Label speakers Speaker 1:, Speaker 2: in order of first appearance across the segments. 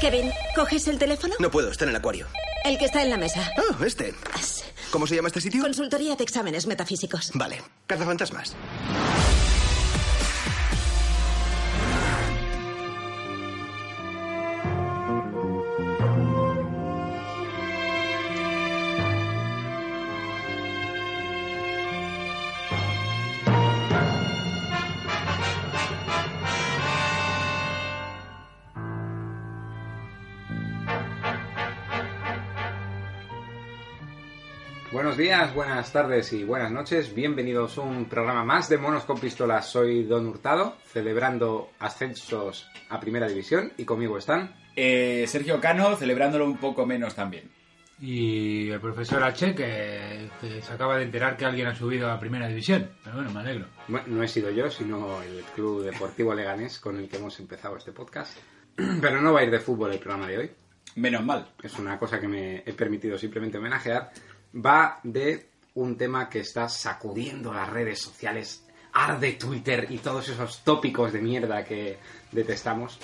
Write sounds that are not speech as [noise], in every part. Speaker 1: Kevin, ¿coges el teléfono?
Speaker 2: No puedo, está en el acuario.
Speaker 1: El que está en la mesa.
Speaker 2: Ah, este. ¿Cómo se llama este sitio?
Speaker 1: Consultoría de exámenes metafísicos.
Speaker 2: Vale, cazafantasmas.
Speaker 3: Buenos días, buenas tardes y buenas noches. Bienvenidos a un programa más de Monos con Pistolas. Soy Don Hurtado, celebrando ascensos a Primera División y conmigo están.
Speaker 4: Eh, Sergio Cano celebrándolo un poco menos también.
Speaker 5: Y el profesor H, que, que se acaba de enterar que alguien ha subido a primera división. Pero bueno, me alegro.
Speaker 3: Bueno, no he sido yo, sino el Club Deportivo Leganés con el que hemos empezado este podcast. [clears throat] Pero no va a ir de fútbol el programa de hoy.
Speaker 4: Menos mal.
Speaker 3: es una cosa que me he permitido simplemente homenajear, va de un tema que está sacudiendo las redes sociales, arde Twitter y todos esos tópicos de mierda que detestamos.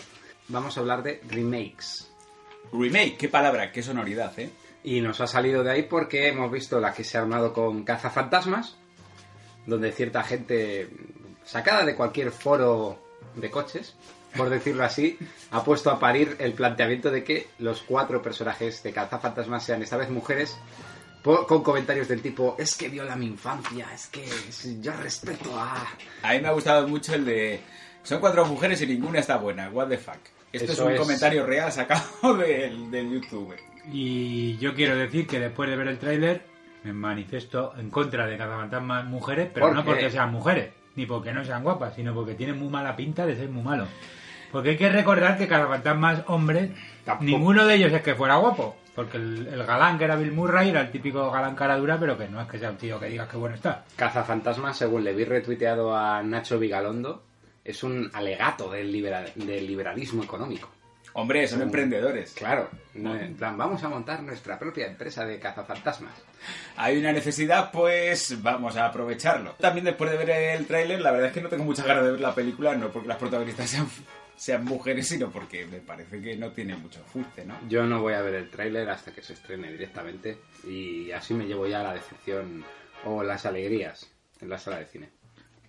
Speaker 3: Vamos a hablar de remakes.
Speaker 4: Remake, qué palabra, qué sonoridad, ¿eh?
Speaker 3: Y nos ha salido de ahí porque hemos visto la que se ha armado con cazafantasmas, donde cierta gente, sacada de cualquier foro de coches, por decirlo así, ha puesto a parir el planteamiento de que los cuatro personajes de cazafantasmas sean esta vez mujeres, po- con comentarios del tipo, es que viola mi infancia, es que es- yo respeto a...
Speaker 4: A mí me ha gustado mucho el de... Son cuatro mujeres y ninguna está buena. What the fuck. Esto es
Speaker 3: Eso
Speaker 4: un
Speaker 3: es.
Speaker 4: comentario real sacado [laughs] del, del YouTube.
Speaker 5: Y yo quiero decir que después de ver el tráiler me manifiesto en contra de cazafantasmas mujeres, pero
Speaker 3: ¿Por
Speaker 5: no
Speaker 3: qué?
Speaker 5: porque sean mujeres, ni porque no sean guapas, sino porque tienen muy mala pinta de ser muy malos. Porque hay que recordar que cazafantasmas hombres,
Speaker 3: Tampoco.
Speaker 5: ninguno de ellos es que fuera guapo. Porque el, el galán que era Bill Murray era el típico galán cara dura, pero que no es que sea un tío que digas que bueno está.
Speaker 3: Cazafantasmas, según le vi retuiteado a Nacho Vigalondo, es un alegato del, libera- del liberalismo económico.
Speaker 4: Hombre, son emprendedores.
Speaker 3: Claro, no, en plan, vamos a montar nuestra propia empresa de cazafantasmas.
Speaker 4: Hay una necesidad, pues vamos a aprovecharlo. También después de ver el tráiler, la verdad es que no tengo muchas ganas de ver la película, no porque las protagonistas sean, sean mujeres, sino porque me parece que no tiene mucho fuste, ¿no?
Speaker 3: Yo no voy a ver el tráiler hasta que se estrene directamente y así me llevo ya la decepción o las alegrías en la sala de cine.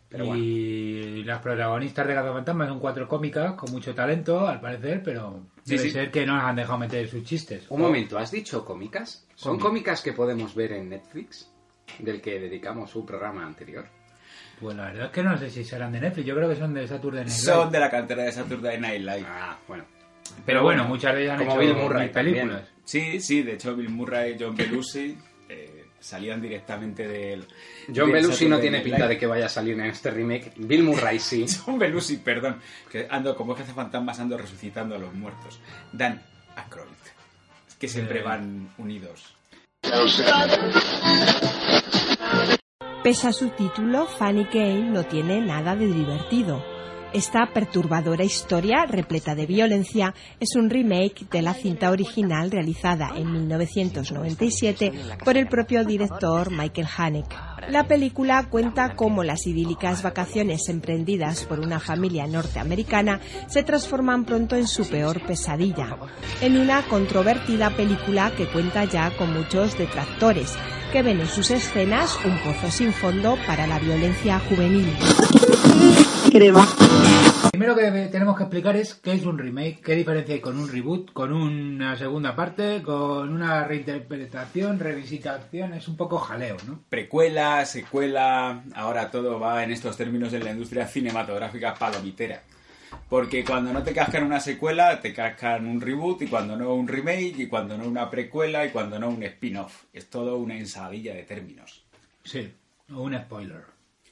Speaker 3: Pero bueno,
Speaker 5: Y las protagonistas de Cazafantasmas son cuatro cómicas con mucho talento, al parecer, pero
Speaker 4: Sí,
Speaker 5: debe
Speaker 4: sí.
Speaker 5: ser que no las han dejado meter sus chistes.
Speaker 4: Oh.
Speaker 3: un momento, ¿has dicho cómicas? ¿Son cómicas que podemos ver en Netflix? Del que dedicamos un programa anterior.
Speaker 5: Pues la verdad es que no sé si serán de Netflix, yo creo que son de Saturday Night Live.
Speaker 4: Son de la cantera de Saturday Night Live.
Speaker 3: Ah, bueno.
Speaker 5: Pero bueno, muchas de ellas han
Speaker 3: como
Speaker 5: hecho
Speaker 3: Bill Murray
Speaker 5: mil películas.
Speaker 3: también.
Speaker 4: Sí, sí, de hecho Bill Murray y John Belushi eh, salían directamente del...
Speaker 3: John
Speaker 4: del
Speaker 3: Belushi no
Speaker 4: Saturday
Speaker 3: tiene
Speaker 4: Night
Speaker 3: pinta de
Speaker 4: Live.
Speaker 3: que vaya a salir en este remake. Bill Murray sí.
Speaker 4: [laughs] John Belushi, perdón, que ando como jefe fantasmas, ando resucitando a los muertos. Dan Aykroyd. Es que siempre
Speaker 5: Eh.
Speaker 4: van unidos.
Speaker 6: Pese a su título, Fanny Kane no tiene nada de divertido. Esta perturbadora historia, repleta de violencia, es un remake de la cinta original realizada en 1997 por el propio director Michael Haneke. La película cuenta cómo las idílicas vacaciones emprendidas por una familia norteamericana se transforman pronto en su peor pesadilla, en una controvertida película que cuenta ya con muchos detractores, que ven en sus escenas un pozo sin fondo para la violencia juvenil.
Speaker 5: Primero que debe- tenemos que explicar es qué es un remake, qué diferencia hay con un reboot, con una segunda parte, con una reinterpretación, revisitación, es un poco jaleo, ¿no?
Speaker 4: precuela, secuela, ahora todo va en estos términos de la industria cinematográfica palomitera. Porque cuando no te cascan una secuela, te cascan un reboot, y cuando no un remake, y cuando no una precuela, y cuando no un spin-off. Es todo una ensadilla de términos.
Speaker 5: Sí, o un spoiler.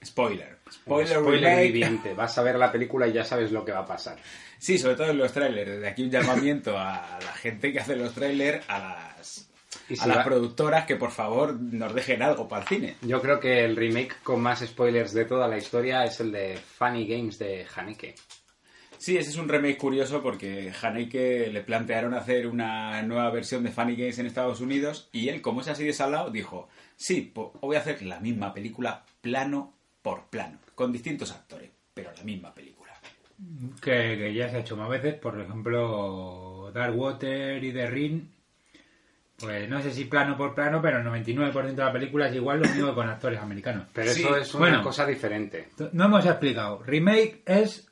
Speaker 4: Spoiler.
Speaker 3: Un
Speaker 4: [laughs] Spoiler,
Speaker 3: spoiler
Speaker 4: remake.
Speaker 3: viviente. Vas a ver la película y ya sabes lo que va a pasar.
Speaker 4: Sí, sobre todo en los trailers. Desde aquí un llamamiento a la gente que hace los trailers, a las,
Speaker 3: Y
Speaker 4: a
Speaker 3: si
Speaker 4: las
Speaker 3: va-
Speaker 4: productoras que por favor nos dejen algo para el cine.
Speaker 3: Yo creo que el remake con más spoilers de toda la historia es el de Funny Games de Haneke.
Speaker 4: Sí, ese es un remake curioso porque Haneke le plantearon hacer una nueva versión de Funny Games en Estados Unidos y él, como es así de salado, dijo, sí, po- voy a hacer la misma película plano por plano, con distintos actores, pero la misma película.
Speaker 5: que, que ya se ha hecho más veces, por ejemplo, Dark Water y The Ring. Pues no sé si plano por plano, pero el 99% de la película es igual, lo único que con actores americanos.
Speaker 3: Pero
Speaker 4: Sí,
Speaker 3: eso es una
Speaker 5: bueno.
Speaker 3: cosa diferente.
Speaker 5: No hemos explicado. Remake es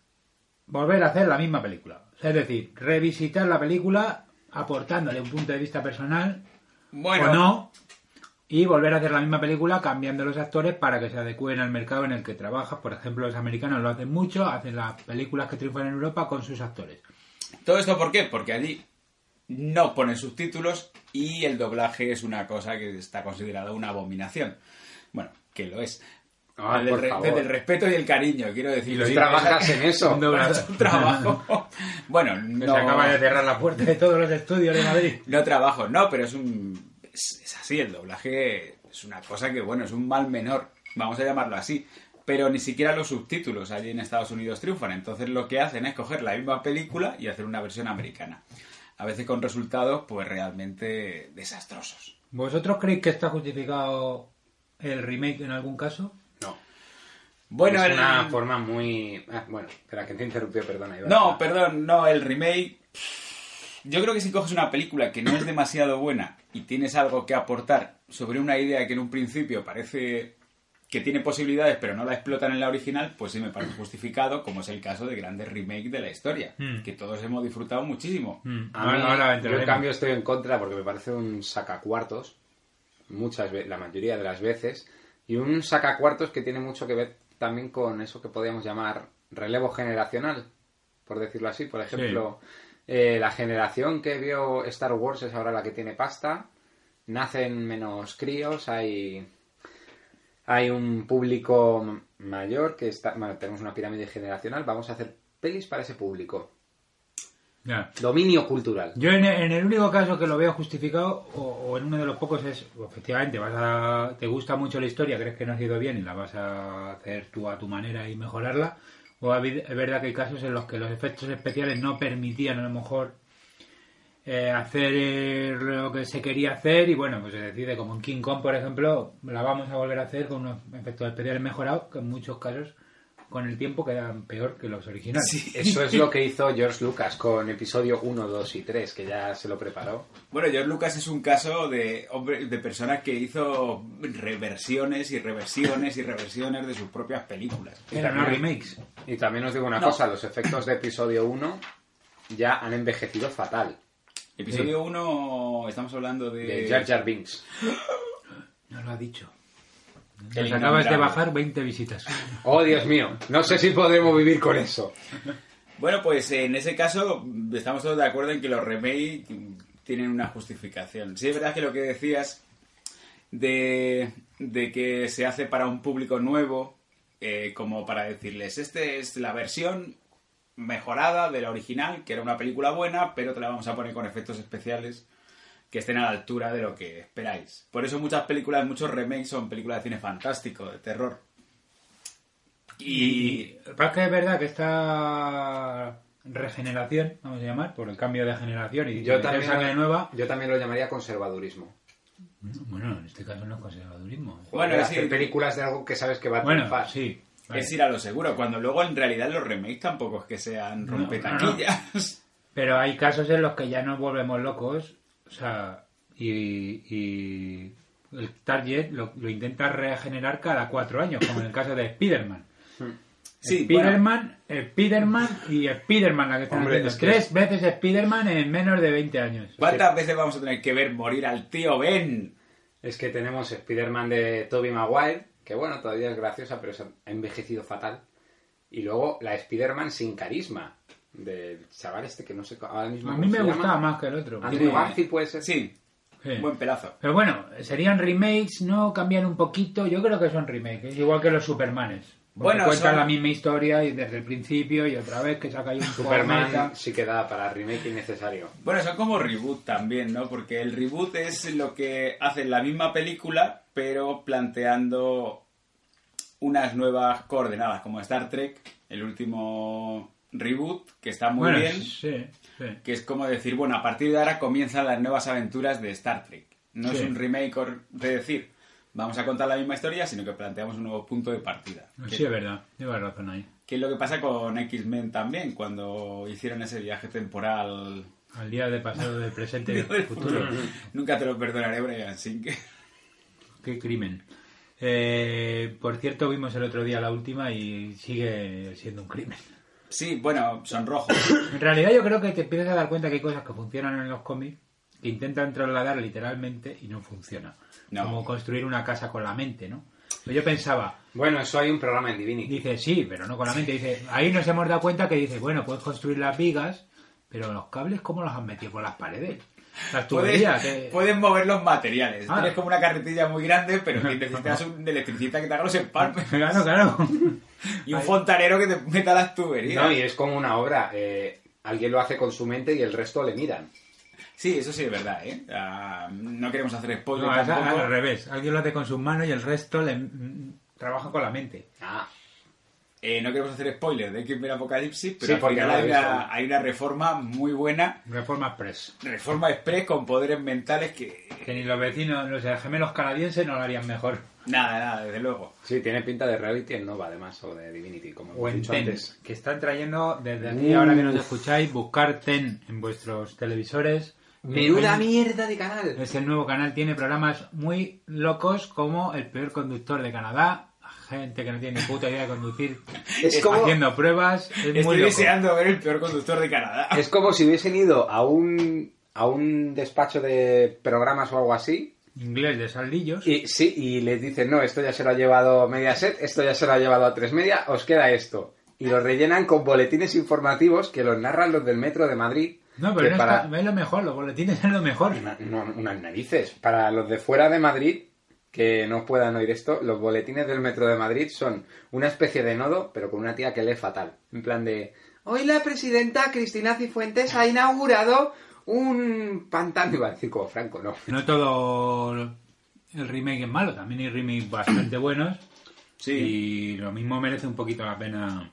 Speaker 5: volver a hacer la misma película. O sea, es decir, revisitar la película aportándole un punto de vista personal
Speaker 4: Bueno,
Speaker 5: o no y volver a hacer la misma película cambiando los actores para que se adecúen al mercado en el que trabajas. Por ejemplo, los americanos lo hacen mucho, hacen las películas que triunfan en Europa con sus actores.
Speaker 4: ¿Todo esto por qué? Porque allí no ponen subtítulos y el doblaje es una cosa que está considerada una abominación. Bueno, que lo es.
Speaker 3: Ay, Ah,
Speaker 4: Desde
Speaker 3: por
Speaker 4: Ah, el re-
Speaker 3: favor.
Speaker 4: desde el respeto y el cariño, quiero decir.
Speaker 3: Tú
Speaker 4: Sí, [laughs]
Speaker 3: trabajas en eso.
Speaker 5: Un doblaje.
Speaker 4: es un trabajo. [laughs] bueno,
Speaker 5: Que
Speaker 4: no,
Speaker 5: Se acaba de cerrar la puerta de todos los estudios de Madrid.
Speaker 4: no trabajo, no, pero es un. Es, es así, el doblaje es una cosa que, bueno, es un mal menor, vamos a llamarlo así. Pero ni siquiera los subtítulos allí en Estados Unidos triunfan. Entonces lo que hacen es coger la misma película y hacer una versión americana. A veces con resultados, pues realmente desastrosos.
Speaker 5: ¿Vosotros creéis que está justificado el remake en algún caso?
Speaker 3: No.
Speaker 4: Bueno,
Speaker 3: es
Speaker 4: el-
Speaker 3: una forma muy... ah, bueno, espera, que te interrumpió, perdona. Iván.
Speaker 4: No, perdón, no, el remake. Yo creo que si coges una película que no es demasiado buena y tienes algo que aportar sobre una idea que en un principio parece que tiene posibilidades pero no la explotan en la original, pues sí me parece justificado, como es el caso de grandes remakes de la historia,
Speaker 5: Mm.
Speaker 4: que todos hemos disfrutado muchísimo.
Speaker 3: A mí, yo en
Speaker 5: entraremos.
Speaker 3: cambio estoy en contra porque me parece un sacacuartos, muchas ve- la mayoría de las veces, y un sacacuartos que tiene mucho que ver también con eso que podríamos llamar relevo generacional, por decirlo así. Por ejemplo, eh, la generación que vio Star Wars es ahora la que tiene pasta, nacen menos críos, hay hay un público m- mayor que está, bueno, tenemos una pirámide generacional, vamos a hacer pelis para ese público.
Speaker 5: Ya.
Speaker 3: Dominio cultural.
Speaker 5: Yo en, en el único caso que lo veo justificado, o, o en uno de los pocos, es, efectivamente, vas a, te gusta mucho la historia, crees que no ha ido bien y la vas a hacer tú a tu manera y mejorarla. O ha habido- es verdad que hay casos en los que los efectos especiales no permitían a lo mejor eh, hacer eh, lo que se quería hacer y bueno, pues se decide, como en King Kong, por ejemplo, la vamos a volver a hacer con unos efectos especiales mejorados que en muchos casos con el tiempo quedan peor que los originales.
Speaker 3: Eso es lo que hizo George Lucas con episodio 1, 2 y 3, que ya se lo preparó.
Speaker 4: Bueno, George Lucas es un caso de hombre, de persona que hizo reversiones y reversiones y reversiones de sus propias películas.
Speaker 5: Eran unos remakes.
Speaker 3: Y también os digo una
Speaker 4: No.
Speaker 3: cosa, los efectos de episodio 1 ya han envejecido fatal.
Speaker 4: Episodio 1, estamos hablando de...
Speaker 5: Eh.
Speaker 3: De Jar Jar Binks.
Speaker 5: No lo ha dicho.
Speaker 4: El
Speaker 5: Nos acabas de
Speaker 4: innombrable.
Speaker 5: bajar 20 visitas.
Speaker 3: Oh, Dios mío, no sé si podemos vivir con eso.
Speaker 4: Bueno, pues en ese caso mm, estamos todos de acuerdo en que los remakes mm, tienen una justificación. Sí, es verdad que lo que decías de, de que se hace para un público nuevo, eh, como para decirles, esta es la versión mejorada de la original, que era una película buena, pero te la vamos a poner con efectos especiales que estén a la altura de lo que esperáis. Por eso muchas películas, muchos remakes son películas de cine fantástico, de terror. Y
Speaker 5: Pero es que es verdad que esta regeneración, vamos a llamar, por el cambio de generación y
Speaker 3: Yo
Speaker 5: meter sangre
Speaker 3: también,
Speaker 5: nueva.
Speaker 3: yo también lo llamaría conservadurismo.
Speaker 5: Bueno, en este caso no es conservadurismo.
Speaker 4: Bueno,
Speaker 3: Joder,
Speaker 4: es
Speaker 3: hacer
Speaker 4: ir-
Speaker 3: películas de algo que sabes que va a
Speaker 5: Bueno,
Speaker 3: triunfar.
Speaker 5: sí. vale.
Speaker 4: Es ir a lo seguro, cuando luego en realidad los remakes tampoco es que sean
Speaker 5: No,
Speaker 4: rompetaquillas.
Speaker 5: Pero hay casos en los que ya nos volvemos locos, o sea, y, y el target lo, lo intenta regenerar cada cuatro años, como en el caso de Spider-Man.
Speaker 4: [laughs] Sí,
Speaker 5: Spiderman, Spiderman y Spiderman la que están
Speaker 3: Hombre,
Speaker 5: haciendo.
Speaker 3: es que
Speaker 5: Tres veces Spiderman en menos de 20 años.
Speaker 4: ¿Cuántas veces vamos a tener que ver morir al tío Ben?
Speaker 3: Es que tenemos Spider-Man de Tobey Maguire, que bueno, todavía es graciosa, pero se ha envejecido fatal. Y luego la Spider-Man sin carisma, del chaval este que no sé co- ahora mismo
Speaker 5: A
Speaker 3: cómo
Speaker 5: mí me
Speaker 3: se llama.
Speaker 5: gustaba más que el otro.
Speaker 3: Andrew Garfield puede ser.
Speaker 4: Sí,
Speaker 5: Sí.
Speaker 4: Buen pelazo.
Speaker 5: Pero bueno, serían remakes, ¿no? Cambian un poquito. Yo creo que son remakes, es igual que los Supermanes. Porque
Speaker 4: Bueno,
Speaker 5: cuentan
Speaker 4: son-
Speaker 5: la misma historia y desde el principio y otra vez que saca ahí un
Speaker 3: Superman
Speaker 5: cometa.
Speaker 3: sí que da para remake innecesario.
Speaker 4: Bueno, son como reboot también, ¿no? Porque el reboot es lo que hacen la misma película, pero planteando unas nuevas coordenadas, como Star Trek, el último reboot, que está muy
Speaker 5: bueno,
Speaker 4: bien,
Speaker 5: sí, sí.
Speaker 4: que es como decir, bueno, a partir de ahora comienzan las nuevas aventuras de Star Trek. No es
Speaker 5: Sí.
Speaker 4: un remake or- de decir, vamos a contar la misma historia, sino que planteamos un nuevo punto de partida. Que-
Speaker 5: Sí, es verdad, llevas razón ahí.
Speaker 4: que es lo que pasa con X-Men también, cuando hicieron ese viaje temporal
Speaker 5: Al día de pasado, del presente y
Speaker 4: [laughs]
Speaker 5: [laughs] del futuro.
Speaker 4: Nunca te lo perdonaré, Brian Singer.
Speaker 5: Qué crimen. Eh, por cierto, vimos el otro día la última y sigue siendo un crimen.
Speaker 4: Sí, bueno, son
Speaker 5: [coughs]
Speaker 4: rojos.
Speaker 5: En realidad yo creo que te empiezas a dar cuenta que hay cosas que funcionan en los cómics que intentan trasladar literalmente y no funciona.
Speaker 4: No.
Speaker 5: Como construir una casa con la mente, ¿no? Pero yo pensaba,
Speaker 3: Bueno, eso hay un programa en Divinity.
Speaker 5: dice sí, pero no con la mente. Dice, ahí nos hemos dado cuenta que dice, bueno, puedes construir las vigas, pero los cables, ¿cómo los han metido por las paredes? Las
Speaker 4: [laughs]
Speaker 5: tuberías.
Speaker 4: Puedes,
Speaker 5: que-
Speaker 4: puedes mover los materiales.
Speaker 5: Ah.
Speaker 4: Tienes como una carretilla muy grande, pero que necesitas un electricista que te haga
Speaker 5: [laughs]
Speaker 4: los empalmes.
Speaker 5: [laughs] Claro, claro.
Speaker 4: Y un fontanero que te meta las tuberías.
Speaker 3: No, y es como una obra. eh, alguien lo hace con su mente y el resto le miran.
Speaker 4: Sí, eso sí es verdad, ¿eh? Ah, no queremos hacer spoilers
Speaker 5: No, es
Speaker 4: tampoco.
Speaker 5: al revés. Alguien lo hace con sus manos y el resto le mm, trabaja con la mente.
Speaker 3: Ah,
Speaker 4: Eh, no queremos hacer spoilers de X-Men Apocalipsis, pero
Speaker 3: Sí,
Speaker 4: al
Speaker 3: porque
Speaker 4: final
Speaker 3: no lo
Speaker 4: hay
Speaker 3: he
Speaker 4: una,
Speaker 3: visto.
Speaker 4: hay una reforma muy buena.
Speaker 5: Reforma Express.
Speaker 4: Reforma express con poderes mentales que...
Speaker 5: Que ni los vecinos, los gemelos canadienses no lo harían mejor.
Speaker 4: Nada, nada, desde luego.
Speaker 3: sí, tiene pinta de reality en Nova, además, o de Divinity, como
Speaker 5: O
Speaker 3: hemos
Speaker 5: en
Speaker 3: dicho
Speaker 5: Ten,
Speaker 3: antes.
Speaker 5: que están trayendo desde aquí, ahora que nos escucháis, buscar Ten en vuestros televisores.
Speaker 3: ¡Menuda
Speaker 5: Eh,
Speaker 3: mierda de canal!
Speaker 5: Es el nuevo canal, tiene programas muy locos como El peor conductor de Canadá, gente que no tiene ni puta idea de conducir,
Speaker 3: [laughs] Es como,
Speaker 5: haciendo pruebas, es muy
Speaker 4: Estoy
Speaker 5: loco.
Speaker 4: deseando ver el peor conductor de
Speaker 3: [laughs]
Speaker 4: Canadá.
Speaker 3: es como si hubiesen ido a un, a un despacho de programas o algo así.
Speaker 5: Inglés de saldillos.
Speaker 3: Y, sí, y les dicen, no, esto ya se lo ha llevado Mediaset, esto ya se lo ha llevado a tres media, os queda esto. Y lo rellenan con boletines informativos que los narran los del Metro de Madrid.
Speaker 5: No,
Speaker 3: que
Speaker 5: pero no
Speaker 3: para-
Speaker 5: está- es lo mejor, los boletines [laughs] es lo mejor.
Speaker 3: Una- una- unas narices. Para los de fuera de Madrid, que no puedan oír esto, los boletines del Metro de Madrid son una especie de nodo, pero con una tía que lee fatal. En plan de... Hoy la presidenta Cristina Cifuentes ha inaugurado un pantano, iba a decir como Franco, no.
Speaker 5: No todo el remake es malo, también hay remakes bastante buenos. Y lo mismo merece un poquito la pena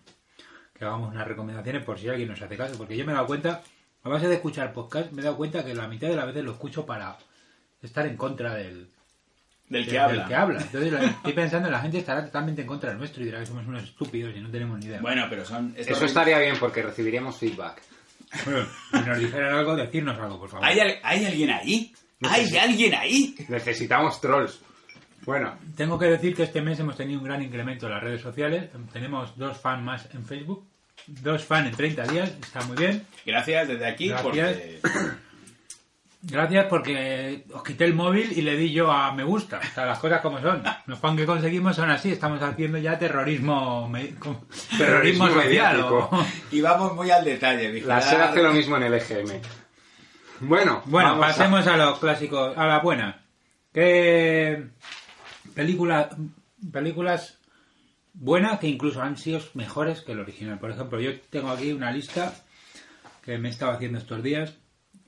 Speaker 5: que hagamos unas recomendaciones por si alguien nos hace caso. Porque yo me he dado cuenta, a base de escuchar podcast, me he dado cuenta que la mitad de las veces lo escucho para estar en contra del,
Speaker 4: Del que
Speaker 5: del-
Speaker 4: habla.
Speaker 5: del que habla. Entonces la- estoy pensando, la gente estará totalmente en contra del nuestro y dirá que somos unos estúpidos y no tenemos ni idea.
Speaker 4: Bueno, pero son... estos
Speaker 3: Eso estaría bien porque recibiríamos feedback.
Speaker 5: si nos dijeran algo, decirnos algo, por favor.
Speaker 4: ¿Hay, al- hay alguien ahí? ¿Hay alguien ahí?
Speaker 3: Necesitamos trolls. Bueno,
Speaker 5: Tengo que decir que este mes hemos tenido un gran incremento en las redes sociales. Tenemos dos fans más en Facebook. Dos fans en 30 días, está muy bien.
Speaker 4: Gracias desde aquí
Speaker 5: Gracias.
Speaker 4: porque...
Speaker 5: Gracias porque os quité el móvil y le di yo a me gusta. O sea, las cosas como son. Los fans que conseguimos son así. Estamos haciendo ya terrorismo, me- como-
Speaker 3: Terrorismo
Speaker 5: terrorismo social. o-
Speaker 3: mediático.
Speaker 4: Y vamos muy al detalle.
Speaker 3: la
Speaker 4: vigilar-
Speaker 3: SER hace lo mismo en el EGM. Bueno,
Speaker 5: Bueno,
Speaker 3: vamos a-
Speaker 5: pasemos a... los clásicos, a la buena. ¿Qué película, películas buenas que incluso han sido mejores que el original? Por ejemplo, yo tengo aquí una lista que me he estado haciendo estos días.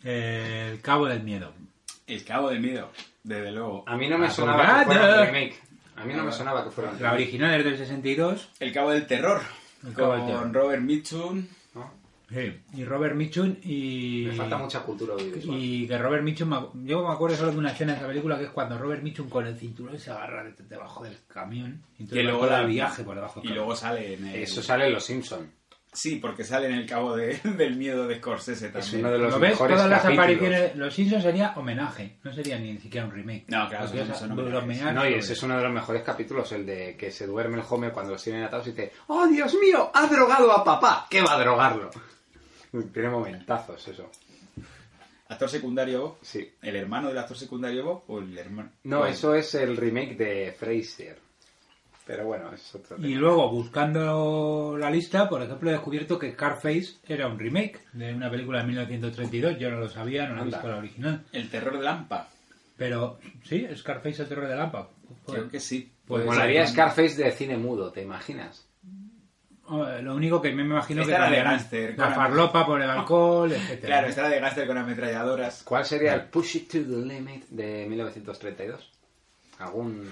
Speaker 5: eh, el Cabo del Miedo.
Speaker 4: El cabo del miedo, desde luego.
Speaker 3: A mí no me
Speaker 5: Ah,
Speaker 3: sonaba que fuera
Speaker 5: brother.
Speaker 3: un remake. A mí no me sonaba que fuera un
Speaker 5: La
Speaker 3: remake.
Speaker 5: original es del 62.
Speaker 4: El cabo del terror.
Speaker 5: El cabo del
Speaker 4: Con
Speaker 5: terror.
Speaker 4: Robert Mitchum.
Speaker 3: ¿no?
Speaker 5: Sí, y Robert Mitchum y...
Speaker 3: Me falta mucha cultura audiovisual.
Speaker 5: Y que Robert Mitchum, me acu- yo me acuerdo solo de una escena de esa película que es cuando Robert Mitchum con el cinturón se agarra de- debajo del camión y
Speaker 4: Que
Speaker 5: entonces
Speaker 4: luego
Speaker 5: da
Speaker 4: la-
Speaker 5: viaje por debajo
Speaker 4: Y
Speaker 5: del camión.
Speaker 4: luego sale en el...
Speaker 3: Eso sale en Los Simpson.
Speaker 4: Sí, porque sale en el cabo de- [laughs] del miedo de Scorsese
Speaker 3: Es
Speaker 4: también.
Speaker 3: uno de los
Speaker 5: ¿Lo ves?
Speaker 3: mejores
Speaker 5: Todas las
Speaker 3: capítulos.
Speaker 5: apariciones. Los Simpsons sería homenaje, no sería ni siquiera un remake.
Speaker 4: No, claro,
Speaker 5: Porque
Speaker 4: son-
Speaker 5: esa-
Speaker 4: son
Speaker 5: los
Speaker 4: homenajes.
Speaker 5: homenajes
Speaker 3: No, y
Speaker 5: son-
Speaker 3: ese es uno de los mejores capítulos, el de que se duerme el Homer cuando los tienen atados y dice ¡Oh, Dios mío! ¡Ha drogado a papá! ¿Qué va a drogarlo? [laughs] Tiene momentazos eso.
Speaker 4: Actor secundario Bob.
Speaker 3: Sí.
Speaker 4: ¿El hermano del actor secundario Bob o el hermano?
Speaker 3: No,
Speaker 4: Bueno,
Speaker 3: eso es el remake de Fraser. Pero bueno, es otro
Speaker 5: Y
Speaker 3: tema.
Speaker 5: luego, buscando la lista, por ejemplo, he descubierto que Carface era un remake de una película de 1932. Yo no lo sabía, no lo he
Speaker 3: Anda.
Speaker 5: visto la original.
Speaker 4: El terror de Lampa.
Speaker 5: Pero sí, Scarface el terror de Lampa.
Speaker 4: Creo que sí.
Speaker 5: Pues
Speaker 4: Puede
Speaker 3: Molaría
Speaker 4: ser.
Speaker 3: Scarface de cine mudo, ¿te imaginas?
Speaker 5: Eh, Lo único que me imagino
Speaker 4: Esta
Speaker 5: que
Speaker 4: era de
Speaker 5: cambiarán.
Speaker 4: gánster,
Speaker 5: la
Speaker 4: claramente.
Speaker 5: farlopa por el
Speaker 3: [laughs]
Speaker 5: alcohol, etcétera.
Speaker 4: Claro, está la de Gaster con ametralladoras.
Speaker 3: ¿Cuál sería el Push It to the Limit de 1932? ¿Algún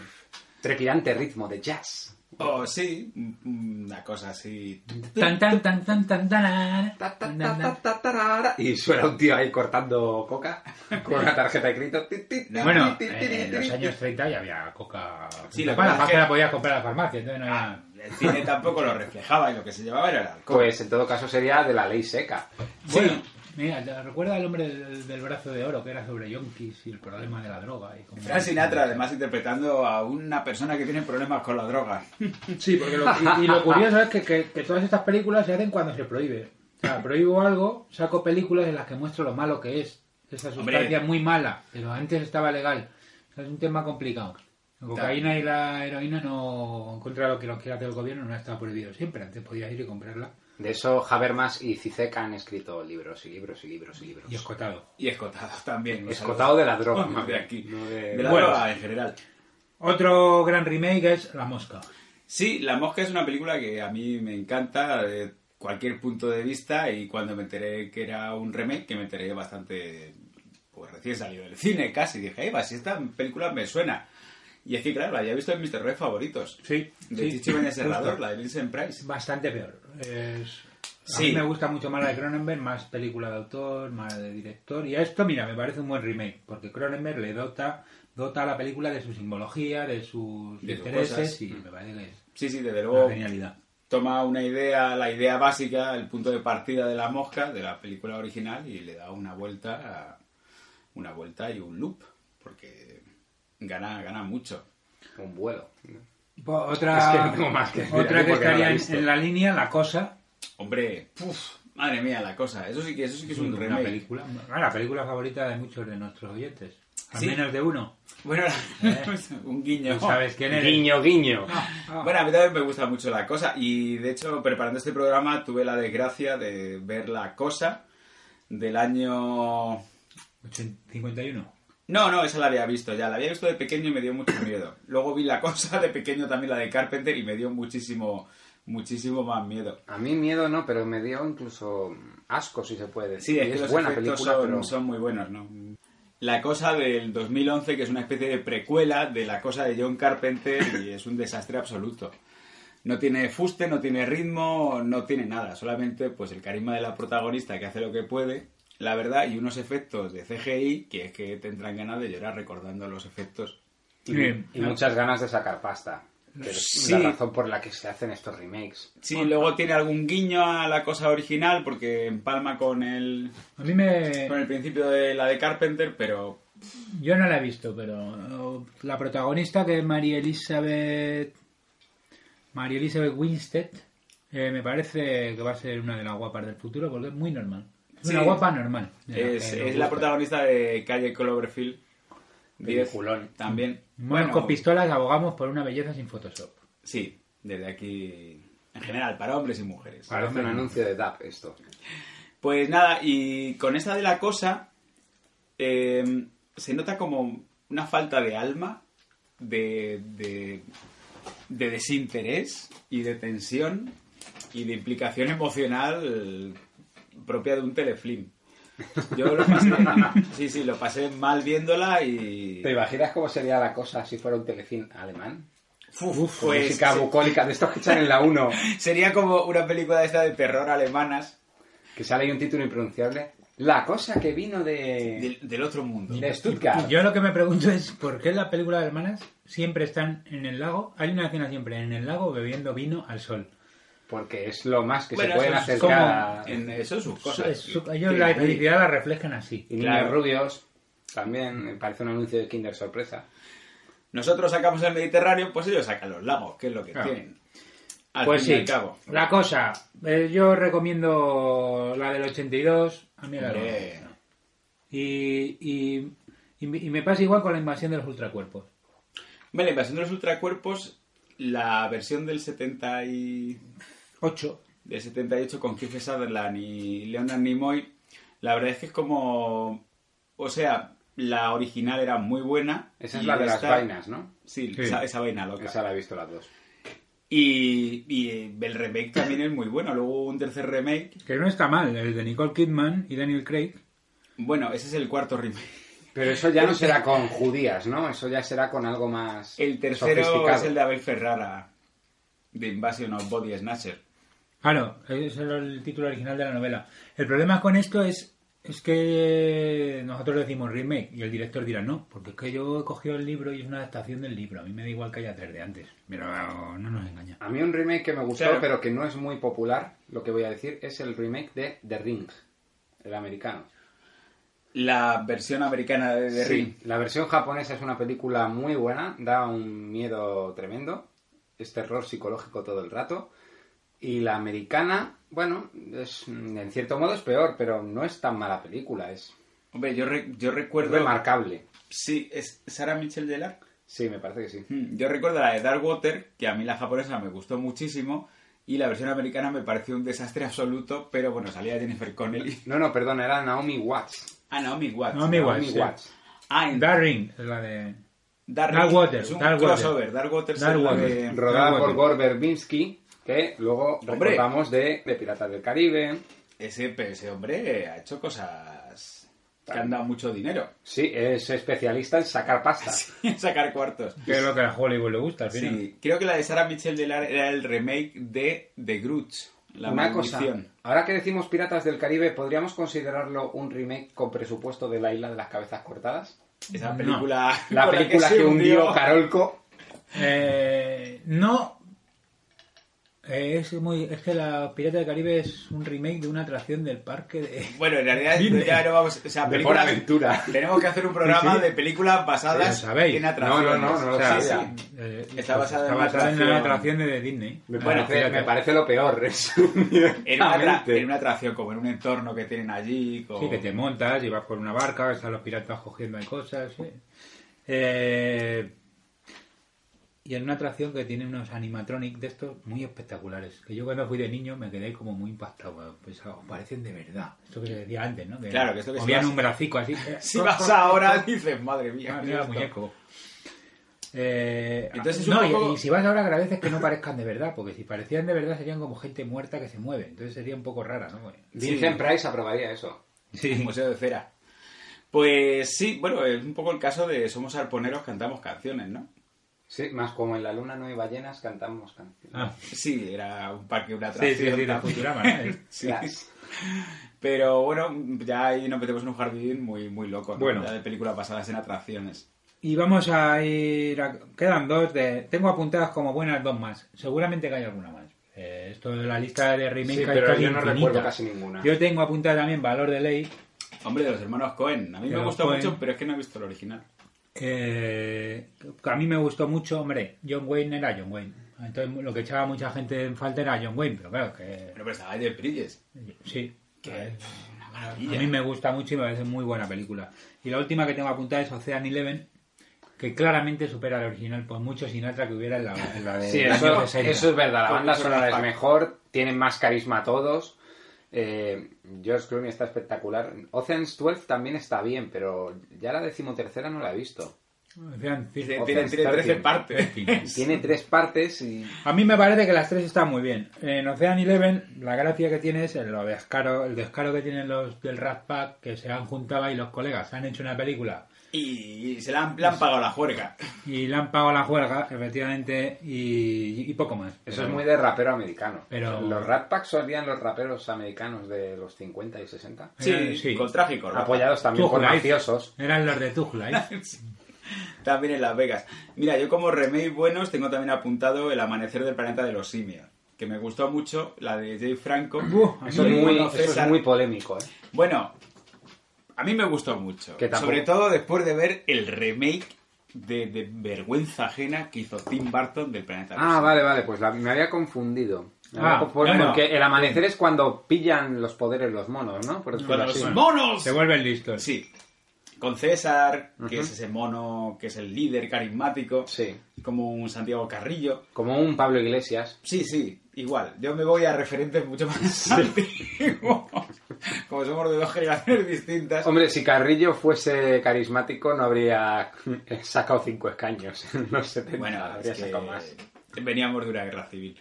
Speaker 3: trepidante ritmo de jazz?
Speaker 4: O sí, una cosa así.
Speaker 5: Tan tan tan tan tan tan.
Speaker 3: Ta, ta, ta, ta, ta, tarara. Y suena un tío ahí cortando
Speaker 4: [laughs]
Speaker 3: coca con una tarjeta de crédito. Ti, ti, ti,
Speaker 5: Bueno,
Speaker 3: [laughs] ti, ti, ti,
Speaker 5: eh, en
Speaker 3: ti,
Speaker 5: los
Speaker 3: ti.
Speaker 5: años 30 ya había coca.
Speaker 4: Sí,
Speaker 5: la
Speaker 4: lo que
Speaker 5: la
Speaker 4: pasa es
Speaker 5: que Ah,
Speaker 4: que-
Speaker 5: la podías comprar en la farmacia, entonces no era.
Speaker 4: Ah, El cine tampoco lo reflejaba y lo que se llevaba era el alcohol.
Speaker 3: Pues en todo caso sería de la ley seca.
Speaker 5: Bueno, mira, te recuerda al hombre del, del brazo de oro que era sobre yonkis y el problema de la droga. Y cómo-
Speaker 4: Frank Sinatra, además, interpretando a una persona que tiene problemas con la droga.
Speaker 5: Sí, porque lo, y, y lo curioso es que, que- que todas estas películas se hacen cuando se prohíbe. O sea, prohíbo algo, saco películas en las que muestro lo malo que es. Esa sustancia
Speaker 4: Hombre.
Speaker 5: es muy mala, pero antes estaba legal. O sea, es un tema complicado. La cocaína y la heroína no, en contra de lo que lo quiera hacer el gobierno, no está prohibido siempre. Antes podías ir y comprarla
Speaker 3: De eso Habermas y Zizek han escrito libros y libros y libros y libros.
Speaker 5: y escotado.
Speaker 4: Y escotado [laughs] también. los
Speaker 3: Escotado de la droga,
Speaker 4: [laughs] saludos.
Speaker 3: más
Speaker 4: de
Speaker 3: bien,
Speaker 4: aquí.
Speaker 3: no de-
Speaker 4: de... la
Speaker 5: Bueno.
Speaker 4: droga en general.
Speaker 5: Otro gran remake es La Mosca.
Speaker 4: Sí, La Mosca es una película que a mí me encanta de cualquier punto de vista y cuando me enteré que era un remake, que me enteré bastante, pues recién salido del cine casi, dije, "Eva, si esta película me suena. Y es que, claro, la había visto en mis terrores favoritos.
Speaker 5: Sí,
Speaker 4: De
Speaker 5: sí,
Speaker 4: Chicho Méndez
Speaker 5: justo.
Speaker 4: Herrador, la de Vincent Price.
Speaker 5: Es bastante peor. Es- A
Speaker 4: Sí.
Speaker 5: mí me gusta mucho más la de Cronenberg, más película de autor, más de director. Y a esto, mira, me parece un buen remake, porque Cronenberg le dota, dota a la película de su simbología, de sus
Speaker 4: De sus
Speaker 5: intereses,
Speaker 4: cosas.
Speaker 5: y me parece que es
Speaker 4: Sí, sí, desde
Speaker 5: una
Speaker 4: luego.
Speaker 5: genialidad.
Speaker 4: toma una idea, la idea básica, el punto de partida de la mosca, de la película original, y le da una vuelta, a- una vuelta y un loop, porque gana, gana mucho.
Speaker 3: Un vuelo.
Speaker 5: Po- Otra,
Speaker 3: pues, Es que no tengo más que decir
Speaker 5: otra
Speaker 3: aquí
Speaker 5: que
Speaker 3: porque no la he
Speaker 5: estaría en,
Speaker 3: visto.
Speaker 5: en la línea, La Cosa,
Speaker 4: Hombre, puf, madre mía, la cosa. Eso sí que, eso sí que es un
Speaker 5: una
Speaker 4: remake.
Speaker 5: película, ah, la película favorita de muchos de nuestros oyentes. Al
Speaker 4: Sí.
Speaker 5: menos de uno.
Speaker 4: Bueno, [laughs] un guiño.
Speaker 5: Tú sabes quién eres.
Speaker 3: Guiño, guiño.
Speaker 4: Bueno, a mí también me gusta mucho la cosa. Y de hecho, preparando este programa, tuve la desgracia de ver la cosa del año
Speaker 5: 51.
Speaker 4: No, no, esa la había visto ya. La había visto de pequeño y me dio mucho miedo. Luego vi la cosa de pequeño también, la de Carpenter, y me dio muchísimo, muchísimo más miedo.
Speaker 3: A mí miedo no, pero me dio incluso asco, si se puede decir.
Speaker 4: Sí, es
Speaker 3: Y
Speaker 4: que los
Speaker 3: buena
Speaker 4: efectos
Speaker 3: película,
Speaker 4: son,
Speaker 3: pero...
Speaker 4: son muy buenos, ¿no? La cosa del 2011, que es una especie de precuela de la cosa de John Carpenter, y es un desastre absoluto. No tiene fuste, no tiene ritmo, no tiene nada. Solamente, pues, el carisma de la protagonista que hace lo que puede, la verdad, y unos efectos de CGI que es que tendrán ganas de llorar recordando los efectos.
Speaker 3: Y muchas ganas de sacar pasta. Que es
Speaker 4: Sí.
Speaker 3: la razón por la que se hacen estos remakes.
Speaker 4: Sí, luego tiene algún guiño a la cosa original porque empalma con el,
Speaker 5: A mí me,
Speaker 4: con el principio de la de Carpenter, pero
Speaker 5: Yo no la he visto, pero eh, la protagonista que es María Elizabeth María Elizabeth Winstead eh, me parece que va a ser una de las guapas del futuro porque es muy normal. Es
Speaker 4: Sí.
Speaker 5: una guapa normal. de las
Speaker 4: es,
Speaker 5: que nos
Speaker 4: es la
Speaker 5: gusta.
Speaker 4: protagonista de Calle Cloverfield. Diez,
Speaker 3: Peliculón.
Speaker 4: También.
Speaker 5: Bueno, con pistolas abogamos por una belleza sin Photoshop.
Speaker 4: Sí, desde aquí. En general, para hombres y mujeres.
Speaker 3: Parece un anuncio de DAP esto.
Speaker 4: Pues nada, y con esta de la cosa, eh, se nota como una falta de alma, de, de, de desinterés y de tensión y de implicación emocional propia de un telefilm. Yo lo
Speaker 3: [laughs]
Speaker 4: pasé, sí, sí, lo pasé mal viéndola y...
Speaker 3: ¿Te imaginas cómo sería la cosa si fuera un telefilm alemán?
Speaker 4: Uf,
Speaker 3: Con
Speaker 4: pues,
Speaker 3: música
Speaker 4: se-
Speaker 3: bucólica de estos que echan en la
Speaker 4: [laughs]
Speaker 3: 1,
Speaker 4: sería como una película esta de terror alemanas
Speaker 3: que sale ahí un título impronunciable. La cosa que vino de,
Speaker 4: del, del otro mundo.
Speaker 3: de Stuttgart.
Speaker 5: Yo lo que me pregunto es por qué las películas de hermanas siempre están en el lago. Hay una escena siempre en el lago bebiendo vino al sol.
Speaker 3: Porque es lo más que
Speaker 4: Bueno,
Speaker 3: se pueden
Speaker 4: eso es
Speaker 3: acercar
Speaker 5: como
Speaker 3: a-
Speaker 4: En- eso es sus cosas.
Speaker 5: Es su- ellos la felicidad la reflejan así.
Speaker 3: Y niños
Speaker 4: claro.
Speaker 3: rubios. También me parece un anuncio de Kinder Sorpresa.
Speaker 4: Nosotros sacamos el Mediterráneo, pues ellos sacan los lagos, que es lo que
Speaker 5: Claro.
Speaker 4: tienen. Al
Speaker 5: pues
Speaker 4: fin y
Speaker 5: sí,
Speaker 4: al cabo.
Speaker 5: la cosa. eh, yo recomiendo la del 82. A mí la
Speaker 4: Hombre,
Speaker 5: recomiendo. Y, y, y me- y me pasa igual con la invasión de los ultracuerpos.
Speaker 4: Hombre, la invasión de los ultracuerpos, la versión del 70 y...
Speaker 5: 8.
Speaker 4: del 78 con Keith Sutherland y Leonard Nimoy, la verdad es que es como... O sea, la original era muy buena.
Speaker 3: Esa es
Speaker 4: y
Speaker 3: la de las
Speaker 4: esta-
Speaker 3: vainas, ¿no?
Speaker 4: Sí,
Speaker 5: Sí.
Speaker 4: Esa, esa vaina loca.
Speaker 3: Esa la he visto las dos.
Speaker 4: Y, y eh, el remake también es muy bueno. Luego hubo un tercer remake.
Speaker 5: Que no está mal, el de Nicole Kidman y Daniel Craig.
Speaker 4: Bueno, ese es el cuarto remake.
Speaker 3: Pero eso ya no será con judías, ¿no? Eso ya será con algo más.
Speaker 4: El tercero
Speaker 3: sofisticado.
Speaker 4: es el de Abel Ferrara, de Invasion of Body Snatcher.
Speaker 5: Ah, no, ese era el título original de la novela. El problema con esto es, es que nosotros decimos remake y el director dirá no, porque es que yo he cogido el libro y es una adaptación del libro. A mí me da igual que haya tres de antes, pero no nos engaña.
Speaker 4: Ah,
Speaker 3: A mí un remake que me gustó,
Speaker 4: Claro.
Speaker 3: pero que no es muy popular, lo que voy a decir, es el remake de The Ring, el americano.
Speaker 4: La versión americana de The Ring.
Speaker 3: Sí, La versión japonesa es una película muy buena, da un miedo tremendo, es terror psicológico todo el rato. Y la americana, bueno, es, mm, en cierto modo es peor, pero no es tan mala película, es
Speaker 4: Hombre, yo, re- yo recuerdo...
Speaker 3: remarcable.
Speaker 4: Sí, es Sara Michel Gellar.
Speaker 3: Sí, me parece que sí.
Speaker 4: Hmm, Yo recuerdo la de Dark Water, que a mí la japonesa me gustó muchísimo, y la versión americana me pareció un desastre absoluto, pero bueno, salía Jennifer Connelly. [laughs]
Speaker 3: No, no, perdón, era Naomi Watts.
Speaker 4: Ah, Naomi Watts.
Speaker 5: Naomi Watts.
Speaker 3: Naomi
Speaker 5: sí.
Speaker 3: Watts.
Speaker 4: Ah, en
Speaker 5: The Ring, es la de...
Speaker 4: Dark,
Speaker 5: Dark Water,
Speaker 4: Es un
Speaker 5: Dark Water.
Speaker 4: crossover. Dark Water es
Speaker 5: Dark
Speaker 4: la
Speaker 5: Water.
Speaker 4: de-
Speaker 3: Rodada
Speaker 5: Naomi
Speaker 3: por
Speaker 5: Watts.
Speaker 3: Gore Verbinski, que luego
Speaker 4: Hombre.
Speaker 3: recordamos de, de Piratas del Caribe.
Speaker 4: Ese, ese hombre ha hecho cosas que han dado mucho dinero. [laughs]
Speaker 3: Sí, es especialista en sacar pasta.
Speaker 4: Sacar cuartos.
Speaker 5: Que es lo que a Hollywood le gusta al final.
Speaker 4: Sí, creo que la de Sarah Michelle Gellar era el remake de The Grudge, la
Speaker 3: Una cosa,
Speaker 4: maldición.
Speaker 3: ahora que decimos Piratas del Caribe, ¿podríamos considerarlo un remake con presupuesto de La Isla de las Cabezas Cortadas?
Speaker 4: Esa
Speaker 5: No.
Speaker 4: película
Speaker 3: La
Speaker 4: [laughs] con
Speaker 3: película que,
Speaker 4: se
Speaker 3: hundió Carolco.
Speaker 5: Eh, no. Eh, es, muy, es que la Pirata del Caribe es un remake de una atracción del parque de...
Speaker 4: Bueno, en realidad
Speaker 5: Disney.
Speaker 4: ya no vamos, o sea,
Speaker 3: De
Speaker 4: películas
Speaker 3: Buenaventura.
Speaker 4: Tenemos que hacer un programa
Speaker 5: Sí, sí.
Speaker 4: de películas basadas
Speaker 5: Ya sabéis.
Speaker 4: en atracciones.
Speaker 3: No, no, no, no lo
Speaker 4: O sea,
Speaker 3: sabía.
Speaker 4: sí.
Speaker 5: Eh,
Speaker 4: Está basada en
Speaker 5: está
Speaker 4: una
Speaker 5: basada en
Speaker 4: atracción-
Speaker 5: la atracción de Disney. Ah,
Speaker 3: Me,
Speaker 5: Bueno,
Speaker 3: parece, me
Speaker 5: fíjate.
Speaker 3: parece lo [laughs] peor.
Speaker 4: En una, atra-
Speaker 3: resumidamente.
Speaker 4: en una atracción, como en un entorno que tienen allí. con-
Speaker 5: Sí, que te montas y vas por una barca, están los piratas cogiendo ahí cosas. sí. Eh, y en una atracción que tiene unos animatronics de estos muy espectaculares. Que yo cuando fui de niño me quedé como muy impactado. Pensaba, parecen de verdad. Esto que se decía antes, ¿no?
Speaker 4: Claro, que esto que si
Speaker 5: movían
Speaker 4: vas-
Speaker 5: un
Speaker 4: [laughs]
Speaker 5: bracico así.
Speaker 4: Si vas ahora, dices, madre mía.
Speaker 5: [laughs] Ah,
Speaker 4: ¿qué
Speaker 5: mira,
Speaker 4: es esto?
Speaker 5: muñeco. Eh,
Speaker 4: Entonces es un
Speaker 5: no, y-
Speaker 4: poco-
Speaker 5: y, si vas ahora agradeces que no parezcan de verdad, porque si parecían de verdad serían como gente muerta que se mueve, entonces sería un poco rara, ¿no?
Speaker 3: Vincent Price aprobaría eso.
Speaker 4: Sí, Museo de Cera. Pues sí, bueno, es un poco el caso de Somos Arponeros, cantamos canciones, ¿no?
Speaker 3: Sí, más como en La Luna no hay ballenas, cantamos canciones.
Speaker 5: Ah,
Speaker 4: Sí, era un parque, una
Speaker 5: sí,
Speaker 4: atracción.
Speaker 5: sí, sí, la
Speaker 4: también.
Speaker 5: Futurama, ¿no?
Speaker 4: Sí.
Speaker 3: Las-
Speaker 4: Pero bueno, ya ahí nos metemos en un jardín muy, muy loco, ¿no?
Speaker 5: Bueno.
Speaker 4: Ya de películas basadas en atracciones.
Speaker 5: [laughs] Y vamos a ir. a- Quedan dos. De... Tengo apuntadas como buenas dos más. Seguramente que hay alguna más. Eh, esto de la lista de remakes
Speaker 3: Sí,
Speaker 5: hay
Speaker 3: pero
Speaker 5: casi
Speaker 3: yo no
Speaker 5: infinita.
Speaker 3: recuerdo casi ninguna.
Speaker 5: Yo tengo apuntada también Valor de Ley.
Speaker 4: Hombre, de los hermanos Cohen. A mí
Speaker 5: De
Speaker 4: me
Speaker 5: los
Speaker 4: gustó
Speaker 5: Coen.
Speaker 4: mucho, pero es que no he visto el original.
Speaker 5: eh, que a mí me gustó mucho. Hombre, John Wayne era John Wayne. Entonces lo que echaba mucha gente en falta era John Wayne, pero claro que.
Speaker 4: Pero pues estaba de Bridges.
Speaker 5: Sí.
Speaker 4: Que una
Speaker 5: A
Speaker 4: maravilla.
Speaker 5: mí me gusta mucho y me parece muy buena película. Y la última que tengo apuntada es Ocean Eleven, que claramente supera al original por mucho Sinatra que hubiera en la, en la de
Speaker 3: Sí,
Speaker 5: los
Speaker 3: eso,
Speaker 5: años 60.
Speaker 3: eso es verdad. La
Speaker 4: Porque
Speaker 3: banda
Speaker 4: son
Speaker 3: sonora es
Speaker 4: impacto.
Speaker 3: mejor, tienen más carisma todos. Eh, George Clooney está espectacular. Ocean's 12 también está bien, pero ya la decimotercera no la he visto.
Speaker 5: Ocean
Speaker 4: Dice, Tiene,
Speaker 5: Eleven.
Speaker 4: tiene 13
Speaker 3: Thirteen.
Speaker 4: partes.
Speaker 3: Tiene tres partes y
Speaker 5: A mí me parece que las tres están muy bien. En Ocean Eleven, la gracia que tiene es el, lo descaro, el descaro que tienen los del Rat Pack, que se han juntado y los colegas han hecho una película
Speaker 4: y se la han, le han pagado la juerga.
Speaker 5: y le han pagado la juerga, efectivamente, y, y poco más.
Speaker 3: eso es
Speaker 5: Pero-
Speaker 3: muy de rapero americano.
Speaker 5: Pero-
Speaker 3: Los Rat Pack solían los raperos americanos de los 50 y 60.
Speaker 5: Eh,
Speaker 4: Sí,
Speaker 5: sí.
Speaker 4: con tráfico. ¿no?
Speaker 3: Apoyados también
Speaker 5: Two
Speaker 3: por
Speaker 5: Life.
Speaker 3: mafiosos.
Speaker 5: Eran los de Two
Speaker 4: [laughs]
Speaker 5: Life.
Speaker 4: También en Las Vegas. Mira, yo como remake buenos tengo también apuntado El Amanecer del Planeta de los Simios. Que me gustó mucho, la de Jay Franco.
Speaker 5: Buah,
Speaker 3: Eso
Speaker 4: Y
Speaker 3: es muy,
Speaker 4: bueno,
Speaker 3: eso es
Speaker 4: César.
Speaker 3: muy polémico. ¿eh?
Speaker 4: Bueno, a mí me gustó mucho.
Speaker 3: Que tampoco-
Speaker 4: Sobre todo después de ver el remake de, de Vergüenza Ajena que hizo Tim Burton del Planeta de los
Speaker 3: Ah,
Speaker 4: Simios.
Speaker 3: vale, vale, pues la- me había confundido. Me había
Speaker 5: Ah,
Speaker 3: confundido,
Speaker 4: bueno.
Speaker 3: porque el amanecer es cuando pillan los poderes los monos, ¿no? Por decirlo
Speaker 4: Cuando
Speaker 3: así.
Speaker 4: los monos
Speaker 5: Se vuelven listos.
Speaker 4: Sí. Con César, que es ese mono, que es el líder carismático.
Speaker 3: Sí.
Speaker 4: Como un Santiago Carrillo.
Speaker 3: Como un Pablo Iglesias.
Speaker 4: Sí, sí, igual. Yo me voy a referentes mucho más antiguos. Como somos de dos generaciones distintas.
Speaker 3: Hombre, si Carrillo fuese carismático, no habría [laughs] sacado cinco escaños [laughs] en los 70.
Speaker 4: Bueno,
Speaker 3: habría
Speaker 4: es que
Speaker 3: sacado más.
Speaker 4: Veníamos de una guerra civil.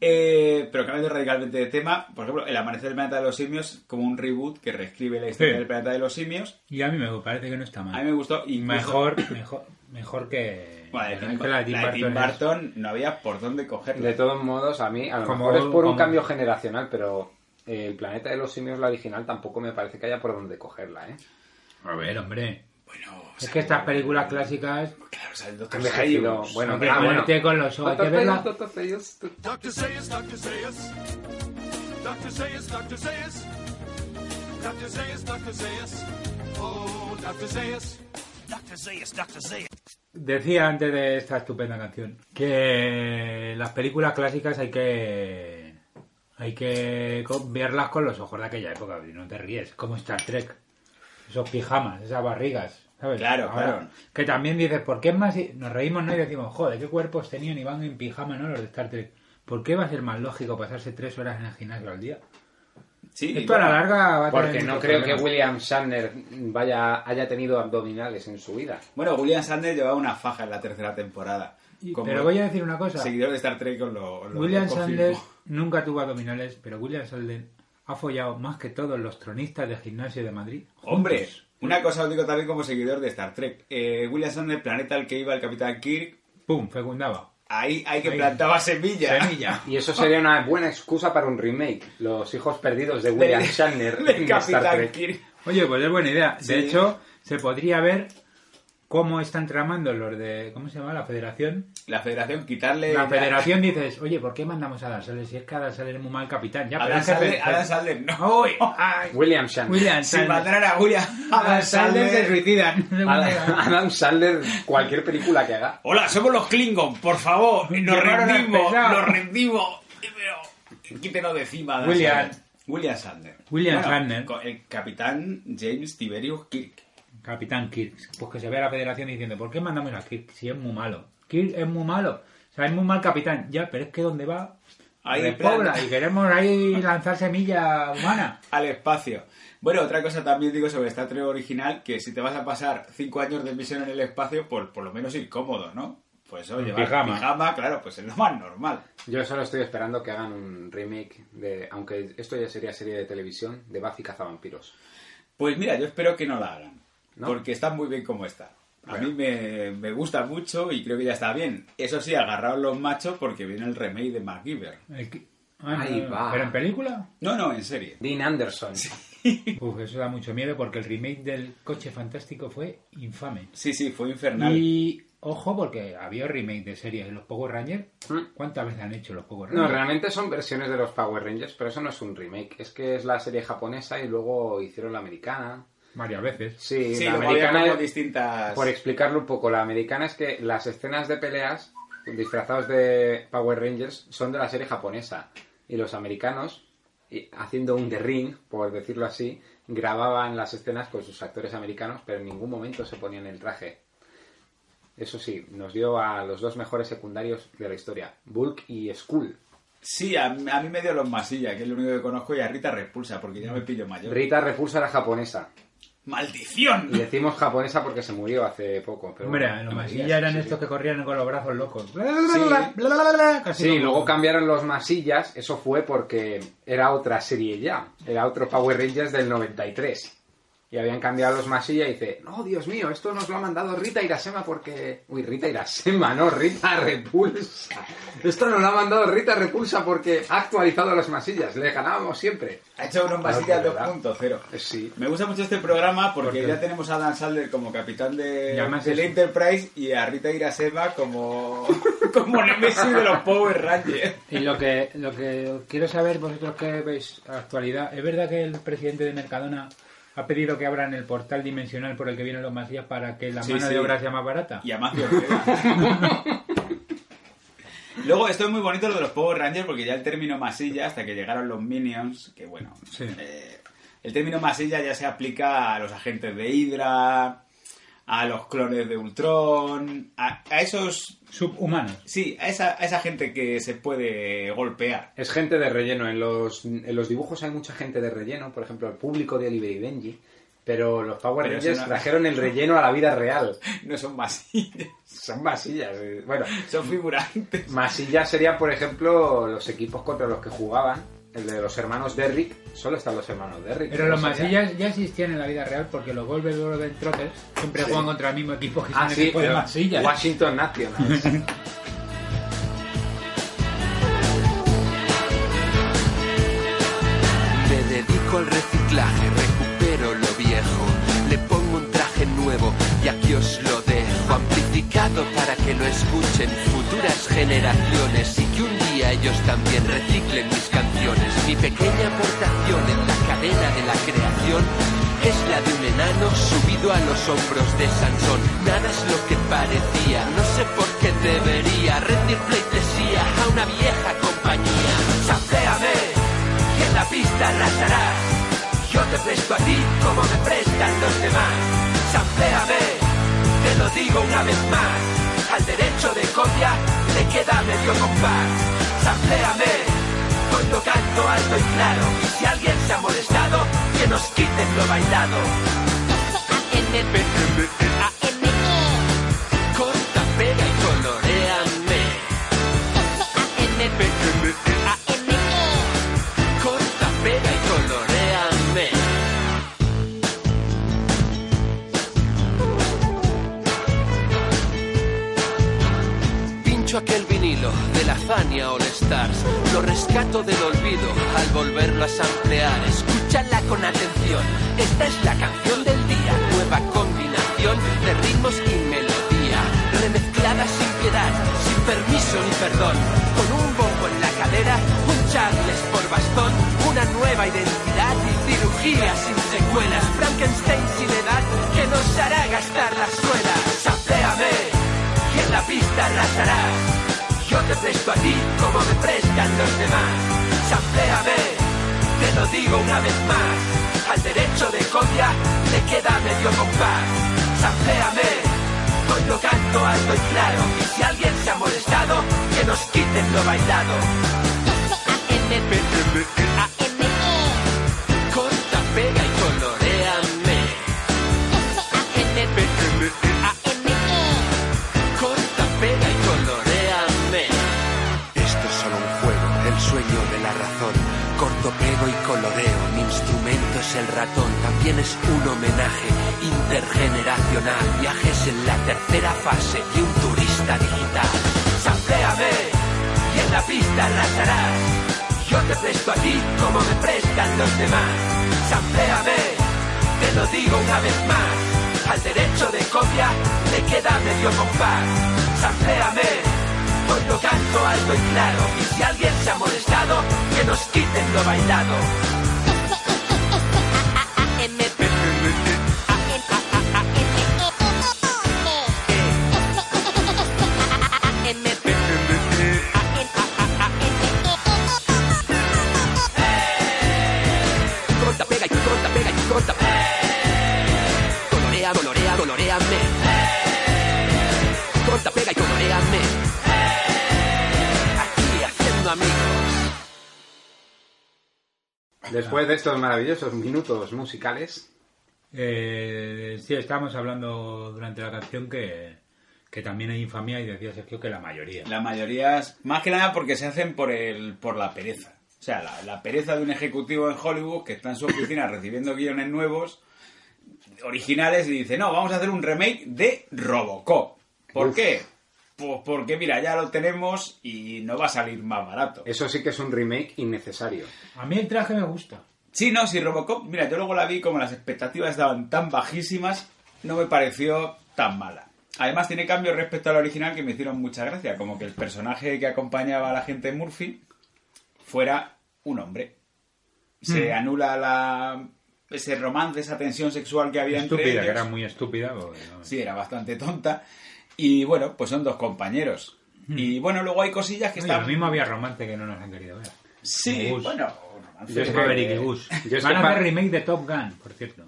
Speaker 4: Eh, pero cambiando radicalmente de tema, por ejemplo, El Amanecer del Planeta de los Simios, como un reboot que reescribe la historia
Speaker 5: Sí.
Speaker 4: del Planeta de los Simios.
Speaker 5: Y a mí me parece que no está
Speaker 4: A
Speaker 5: mal.
Speaker 4: mí me gustó y
Speaker 5: Mejor, mejor, mejor que,
Speaker 4: Bueno, la de Tim,
Speaker 5: que la de Tim
Speaker 4: la de Tim
Speaker 5: Burton ¿eh? es-
Speaker 4: Burton no había por dónde cogerla.
Speaker 3: De todos modos, a mí, a lo
Speaker 5: Como-
Speaker 3: mejor es por un
Speaker 5: como-
Speaker 3: cambio generacional, pero eh, el planeta de los simios, la original, tampoco me parece que haya por dónde cogerla, ¿eh?
Speaker 5: A ver, hombre.
Speaker 4: Bueno,
Speaker 5: Es que estas películas clásicas
Speaker 4: Claro, o sea, el
Speaker 3: Han
Speaker 4: Doctor
Speaker 3: envejecido.
Speaker 4: Seuss.
Speaker 3: Bueno,
Speaker 5: Hay que
Speaker 3: ah, bueno.
Speaker 5: ponerte con los ojos, hay que
Speaker 3: Doctor
Speaker 5: verla.
Speaker 3: Seuss, Doctor Seuss, tú-
Speaker 7: Dr. Sayus, Dr. Sayus. Dr. Sayus, Dr. Sayus. Dr. Sayus, Dr. Sayus. Oh, Dr. Sayus. Dr. Sayus, Dr. Sayus.
Speaker 5: Decía antes de esta estupenda canción que las películas clásicas hay que hay que co- verlas con los ojos de aquella época, y no te ríes, como Star Trek. Esos pijamas, esas barrigas, ¿sabes?
Speaker 4: Claro, claro.
Speaker 5: Que también dices, ¿por qué es más...? i- Nos reímos no y decimos, joder, qué cuerpos tenían y van en pijama, ¿no? Los de Star Trek. ¿Por qué va a ser más lógico pasarse tres horas en el gimnasio al día?
Speaker 4: Sí,
Speaker 5: Esto a la
Speaker 4: bueno,
Speaker 5: larga va a tener
Speaker 3: Porque no
Speaker 5: muchos
Speaker 3: creo que
Speaker 5: problemas.
Speaker 3: William Shatner vaya, haya tenido abdominales en su vida.
Speaker 4: Bueno, William Sanders llevaba una faja en la tercera temporada.
Speaker 5: Y-
Speaker 4: Como
Speaker 5: Pero voy a decir una cosa.
Speaker 4: Seguidor de Star Trek os lo, lo
Speaker 5: William
Speaker 4: confirmo.
Speaker 5: Sanders nunca tuvo abdominales, pero William Sanders ha follado más que todos los tronistas de gimnasio de Madrid.
Speaker 4: Hombre,
Speaker 5: Juntos.
Speaker 4: una cosa os digo también como seguidor de Star Trek. Eh, William Sanders, planeta al que iba el Capitán Kirk,
Speaker 5: ¡Pum!
Speaker 4: [laughs]
Speaker 5: Fecundaba.
Speaker 4: ahí hay que
Speaker 5: Ahí.
Speaker 4: plantaba semillas. [laughs]
Speaker 5: Semilla.
Speaker 3: Y
Speaker 4: Ah.
Speaker 3: eso sería una buena excusa para un remake. Los hijos perdidos de William Shatner
Speaker 4: [laughs] del
Speaker 3: en Star
Speaker 4: Capitán
Speaker 3: Trek.
Speaker 4: Kirk.
Speaker 5: Oye, pues es buena idea. De
Speaker 4: Sí.
Speaker 5: hecho, se podría ver cómo están tramando los de... ¿Cómo se llama? La federación.
Speaker 4: La federación, quitarle...
Speaker 5: La federación dices, oye, ¿por qué mandamos a Darsaler si es que a Darsaler es muy mal capitán? Ya, pero
Speaker 4: Adam
Speaker 5: es jefe-
Speaker 4: Sandler, Adam Sandler, no.
Speaker 5: ¡Uy! ¡Ay!
Speaker 3: William Shatner.
Speaker 5: William
Speaker 4: Si
Speaker 5: Sanders.
Speaker 4: mataran a William Adam
Speaker 5: Adam Sandler se
Speaker 4: Sandler...
Speaker 5: suicidan.
Speaker 3: Adam [laughs] Adam Sandler, cualquier película que haga.
Speaker 4: Hola, somos los Klingon, por favor. Nos
Speaker 5: Llevaron al
Speaker 4: rendimos,
Speaker 5: pesado.
Speaker 4: nos rendimos. Pero quítenos de encima. Adam
Speaker 5: William.
Speaker 4: Sandler. William Sandler.
Speaker 5: William Shatner.
Speaker 4: co- El capitán James Tiberius Kirk.
Speaker 5: Capitán Kirk. Pues que se ve a la federación diciendo, ¿por qué mandamos a Kirk si es muy malo? Kirk es muy malo. O sea, es muy mal capitán. Ya, pero es que donde va,
Speaker 4: Ahí en plan-
Speaker 5: pobla y queremos ahí lanzar semilla humana.
Speaker 4: al espacio. Bueno, otra cosa también digo sobre Star Trek original, que si te vas a pasar cinco años de misión en el espacio, por, por lo menos ir cómodo, ¿no? Pues oye, llevar
Speaker 5: pijama.
Speaker 4: pijama, claro, pues es lo más normal.
Speaker 3: Yo solo estoy esperando que hagan un remake de. Aunque esto ya sería serie de televisión, de Buffy Cazavampiros.
Speaker 4: Pues mira, yo espero que no la hagan,
Speaker 3: ¿No?
Speaker 4: porque está muy bien como está. A mí me, me gusta mucho y creo que ya está bien. Eso sí, agarraos los machos porque viene el remake de MacGyver.
Speaker 5: El Ki- Ah,
Speaker 3: Ahí
Speaker 5: no,
Speaker 3: va.
Speaker 5: ¿Pero en película?
Speaker 4: No, no, en serie.
Speaker 3: Dean Anderson.
Speaker 5: Uf, eso da mucho miedo porque el remake del Coche Fantástico fue infame.
Speaker 4: Sí, sí, fue infernal.
Speaker 5: Y ojo, porque había remake de series de los Power Rangers.
Speaker 3: Mm.
Speaker 5: ¿Cuántas veces han hecho los Power
Speaker 3: No,
Speaker 5: Rangers?
Speaker 3: realmente son versiones de los Power Rangers, pero eso no es un remake. Es que es la serie japonesa y luego hicieron la americana.
Speaker 5: Varias veces.
Speaker 3: Sí,
Speaker 4: Sí,
Speaker 3: la
Speaker 4: luego había
Speaker 3: americana.
Speaker 4: como distintas...
Speaker 3: Por explicarlo un poco, la americana es que las escenas de peleas disfrazados de Power Rangers son de la serie japonesa. Y los americanos, y- haciendo un The Ring, por decirlo así, grababan las escenas con sus actores americanos, pero en ningún momento se ponían el traje. Eso sí, nos dio a los dos mejores secundarios de la historia, Bulk y Skull.
Speaker 4: Sí, a, a mí me dio los masilla, que es lo único que conozco, y a Rita Repulsa, porque ya me pillo mayor.
Speaker 3: Rita repulsa a la japonesa.
Speaker 4: ¡Maldición!
Speaker 3: Y decimos japonesa porque se murió hace poco. Pero
Speaker 5: Hombre,
Speaker 3: bueno,
Speaker 5: los más
Speaker 3: sí,
Speaker 5: eran
Speaker 3: sí.
Speaker 5: estos que corrían con los brazos locos. Casi
Speaker 3: Sí,
Speaker 5: como-
Speaker 3: luego cambiaron los masillas, eso fue porque era otra serie ya, era otro Power Rangers del 93. Y habían cambiado los masillas y dice, no, Dios mío, esto nos lo ha mandado Rita Irasema porque... Uy, Rita Irasema, no, Rita Repulsa. Esto nos lo ha mandado Rita Repulsa porque ha actualizado los masillas, le ganábamos siempre. Eh,
Speaker 4: Ha hecho unos masilla 2.0.
Speaker 3: Sí.
Speaker 4: Me gusta mucho este programa porque
Speaker 5: ¿Por qué?
Speaker 4: ya tenemos a Dan Sandler como capitán de,
Speaker 5: Y además
Speaker 4: del
Speaker 5: es-
Speaker 4: Enterprise y a Rita Irasema como, [laughs] como Nemesis de los Power Rangers.
Speaker 5: Y lo que, lo que quiero saber, vosotros que veis actualidad, ¿es verdad que el presidente de Mercadona ha pedido que abran el portal dimensional por el que vienen los masías para que la
Speaker 4: Sí,
Speaker 5: mano
Speaker 4: sí.
Speaker 5: de obra sea más barata?
Speaker 4: [laughs] Y a Macio Ortega. [laughs] Luego, esto es muy bonito lo de los Power Rangers porque ya el término masilla, hasta que llegaron los Minions, que bueno,
Speaker 5: Sí.
Speaker 4: eh, el término masilla ya se aplica a los agentes de Hydra, a los clones de Ultron, a, a esos...
Speaker 5: Subhumanos.
Speaker 4: Sí, a esa, a esa gente que se puede golpear. [laughs]
Speaker 3: Es gente de relleno. En los, en los dibujos hay mucha gente de relleno, por ejemplo, el público de Oliver y Benji. Pero los Power
Speaker 4: Pero eso
Speaker 3: Rangers
Speaker 4: no-
Speaker 3: trajeron el relleno a la vida real.
Speaker 4: No son masillas,
Speaker 3: Son masillas. eh. Bueno,
Speaker 4: son figurantes.
Speaker 3: masillas serían, por ejemplo, los equipos contra los que jugaban. El de los hermanos Derrick. Solo están los hermanos Derrick.
Speaker 5: Pero los
Speaker 3: Eso ya-
Speaker 5: masillas ya existían en la vida real porque los Golden Trotters siempre juegan contra el mismo equipo que
Speaker 3: Ah,
Speaker 5: son el
Speaker 3: sí,
Speaker 5: equipo de
Speaker 3: pero-
Speaker 5: masillas.
Speaker 3: Washington Nationals.
Speaker 5: [laughs]
Speaker 8: Me dedico al reciclaje, recupero lo viejo. Le pongo un traje nuevo y aquí os lo dejo. Amplificado para que lo escuchen futuras generaciones y que un día ellos también reciclen mis canciones. Mi pequeña aportación en la cadena de la creación es la de un enano subido a los hombros de Sansón. Nada es lo que parecía, no sé por qué debería rendir pleitesía a una vieja compañía. ¡Sapléame! y en la pista arrasarás. Yo te presto a ti como me prestan los demás. Sampléame, te lo digo una vez más. Al derecho de copia le queda medio compás. Sampléame, hoy lo canto alto y claro. Y si alguien se ha molestado, que nos quiten lo bailado. Corta, pega y coloreame. Corta, pega y coloreame. Pincho aquel vinilo de la Fania All Stars. Lo rescato del olvido al volverlo a samplear. Escúchala con atención. Esta es la canción del día. Nueva combinación de ritmos y melodía. Remezclada sin piedad, sin permiso ni perdón. Con un bombo en la cadera, un charles por bastón. Una nueva identidad y cirugía sin secuelas. Frankenstein sin edad que nos hará gastar las suelas. Sampléame y en la pista arrasarás. Yo te presto a ti como me prestan los demás. Sampléame, te lo digo una vez más. Al derecho de copia te queda medio compás. Sampléame, hoy lo canto alto y claro. Y si alguien se ha molestado, que nos quiten lo bailado. Corta, pega y coloreame. Corta, pega y coloreame. Esto es solo un juego, el sueño de la razón. Corto, pego y coloreo. Mi instrumento es el ratón. También es un homenaje intergeneracional. Viajes en la tercera fase y un turista digital. Sampléame y en la pista arrasarás. Yo te presto a ti como me prestan los demás. Sampléame, te lo digo una vez más. Al derecho de copia te queda medio compás. Sampléame. Hoy lo canto alto y claro Y si alguien se ha molestado Que nos quiten lo bailado Corta, pega y corta, pega y corta Colorea, colorea, coloreame Corta, pega y coloreame Aquí haciendo amigos
Speaker 3: Después de estos maravillosos minutos musicales,
Speaker 5: Eh, sí, estábamos hablando durante la canción que, que también hay infamia y decía Sergio que la mayoría.
Speaker 4: La mayoría, es- más que nada porque se hacen por, el, por la pereza. O sea, la, la pereza de un ejecutivo en Hollywood que está en su oficina recibiendo guiones nuevos, originales, y dice, no, vamos a hacer un remake de Robocop. ¿Por qué? Pues porque, mira, ya lo tenemos y no va a salir más barato.
Speaker 3: eso sí que es un remake innecesario.
Speaker 5: A mí el traje me gusta.
Speaker 4: Sí, no, sí, Robocop, mira, yo luego la vi como las expectativas estaban tan bajísimas, no me pareció tan mala. Además tiene cambios respecto al original que me hicieron mucha gracia, como que el personaje que acompañaba a la gente Murphy fuera un hombre. Se
Speaker 5: Hmm.
Speaker 4: anula la ese romance, esa tensión sexual que había entre
Speaker 5: Estúpida, que
Speaker 4: ellos.
Speaker 5: era muy estúpida. porque no-
Speaker 4: Sí, era bastante tonta. Y bueno, pues son dos compañeros.
Speaker 5: Hmm.
Speaker 4: Y bueno, luego hay cosillas que
Speaker 5: Oye,
Speaker 4: están...
Speaker 5: lo mismo había romance que no nos han querido ver.
Speaker 4: Sí,
Speaker 5: Gus.
Speaker 4: bueno... romance.
Speaker 3: Yo es que-
Speaker 5: Maverick y Gus.
Speaker 3: yo es
Speaker 5: Van
Speaker 3: que
Speaker 5: a
Speaker 3: pa-
Speaker 5: hacer remake de Top Gun, por cierto.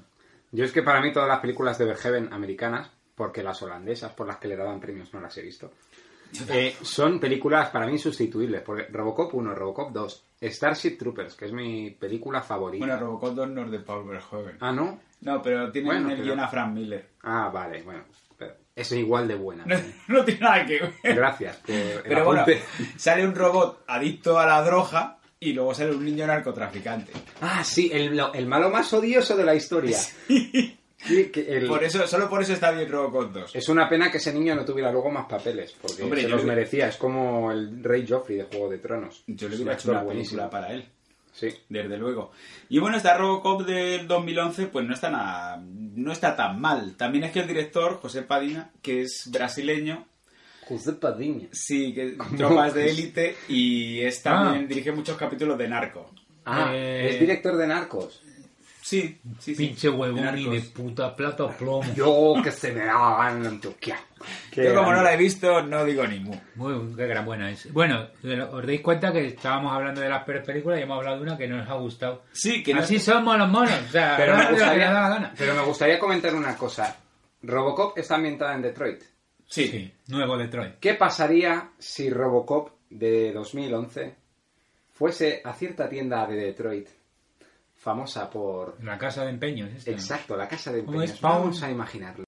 Speaker 3: Yo es que para mí todas las películas de Verheven americanas, porque las holandesas por las que le daban premios no las he visto. Eh, son películas para mí insustituibles, porque Robocop 1, Robocop 2, Starship Troopers, que es mi película favorita.
Speaker 4: Bueno, Robocop 2 no es de Paul Verhoeven.
Speaker 3: ah, ¿no?
Speaker 4: No, pero tiene
Speaker 3: Bueno,
Speaker 4: en el
Speaker 3: pero-
Speaker 4: guion a Frank Miller. [laughs]
Speaker 3: Ah, vale, bueno. pero es igual de buena.
Speaker 4: No, no tiene nada que ver.
Speaker 3: Gracias por el
Speaker 4: [laughs] Pero bueno,
Speaker 3: apunte.
Speaker 4: sale un robot adicto a la droga y luego sale un niño narcotraficante.
Speaker 3: Ah, sí, el, lo- el malo más odioso de la
Speaker 4: [laughs]
Speaker 3: historia. Sí, Eh, que el-
Speaker 4: Por eso, solo por eso está bien Robocop 2.
Speaker 3: Es una pena que ese niño no tuviera luego más papeles, porque
Speaker 4: Hombre,
Speaker 3: se
Speaker 4: yo
Speaker 3: los
Speaker 4: le-
Speaker 3: merecía. Es como el Rey Joffrey de Juego de Tronos.
Speaker 4: Yo le
Speaker 3: Es un
Speaker 4: hubiera hecho
Speaker 3: actor
Speaker 4: una
Speaker 3: buenísimo.
Speaker 4: película para él.
Speaker 3: Sí.
Speaker 4: Desde luego. Y bueno, esta Robocop del 2011 pues no está nada, no está tan mal. También es que el director, José Padina, que es brasileño,
Speaker 3: José Padilla. [laughs]
Speaker 4: sí, que
Speaker 3: ¿Cómo?
Speaker 4: tropas
Speaker 3: pues.
Speaker 4: de élite y es también,
Speaker 5: Ah.
Speaker 4: dirige muchos capítulos de Narco.
Speaker 3: Ah,
Speaker 5: Eh,
Speaker 3: es director de Narcos.
Speaker 4: Sí, sí, sí.
Speaker 5: Pinche huevón y de
Speaker 4: Narcos.
Speaker 5: puta plata o plomo.
Speaker 3: Yo que se me hagan en Antioquia. Qué
Speaker 4: Yo como
Speaker 3: grande.
Speaker 4: no la he visto, no digo ni mu.
Speaker 5: Muy, qué gran buena es. Bueno, os dais cuenta que estábamos hablando de las peores películas y hemos hablado de una que no nos ha gustado.
Speaker 4: Sí,
Speaker 3: ¿Ah,
Speaker 4: que no
Speaker 5: Así somos los monos. O sea,
Speaker 3: Pero
Speaker 4: [laughs]
Speaker 3: me,
Speaker 5: hablamos de lo que
Speaker 3: gustaría,
Speaker 5: nos da la gana.
Speaker 3: pero me gustaría comentar una cosa. Robocop está ambientada en Detroit.
Speaker 4: Sí.
Speaker 5: Sí, nuevo Detroit.
Speaker 3: ¿Qué pasaría si Robocop de 2011 fuese a cierta tienda de Detroit, famosa por...
Speaker 5: La casa de empeños. esta, Este ¿no?
Speaker 3: Exacto, la casa de
Speaker 5: ¿Cómo
Speaker 3: empeños.
Speaker 5: es, Paul?
Speaker 3: Vamos a imaginarlo.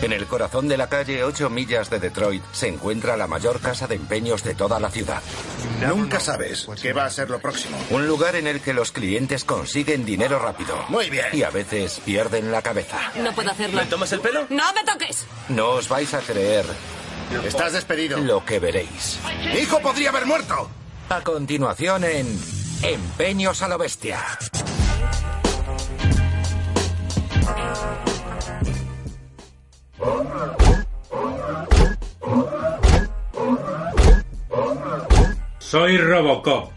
Speaker 9: En el corazón de la calle 8 millas de Detroit se encuentra la mayor casa de empeños de toda la ciudad.
Speaker 10: Nunca sabes qué va a ser lo próximo.
Speaker 9: Un lugar en el que los clientes consiguen dinero rápido.
Speaker 10: Muy bien.
Speaker 9: Y a veces pierden la cabeza.
Speaker 11: No puedo hacerlo.
Speaker 10: tomas el pelo?
Speaker 11: ¡No me toques!
Speaker 9: No os vais a creer
Speaker 10: Estás despedido.
Speaker 9: lo que veréis.
Speaker 10: ¡Hijo podría haber muerto!
Speaker 9: A continuación en Empeños a la Bestia.
Speaker 5: Soy Robocop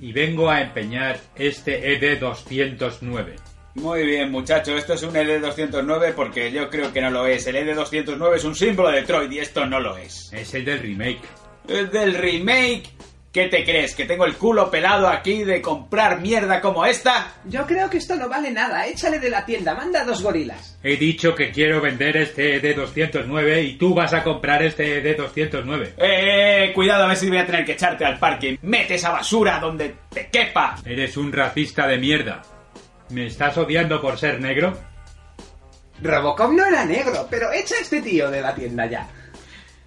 Speaker 5: y vengo a empeñar este ED209.
Speaker 4: Muy bien, muchachos, esto es un ED209 porque yo creo que no lo es. El ED209 es un símbolo de Detroit y esto no lo es.
Speaker 5: Es el del remake.
Speaker 4: Es del remake. ¿Qué te crees? ¿Que tengo el culo pelado aquí de comprar mierda como esta?
Speaker 8: Yo creo que esto no vale nada. Échale de la tienda, manda dos gorilas.
Speaker 5: He dicho que quiero vender este ED209 y tú vas a comprar este ED209.
Speaker 4: Eh, eh, eh, cuidado a ver si voy a tener que echarte al parque. Mete esa basura donde te quepa.
Speaker 5: Eres un racista de mierda. ¿Me estás odiando por ser negro?
Speaker 8: Robocop no era negro, pero echa a este tío de la tienda ya.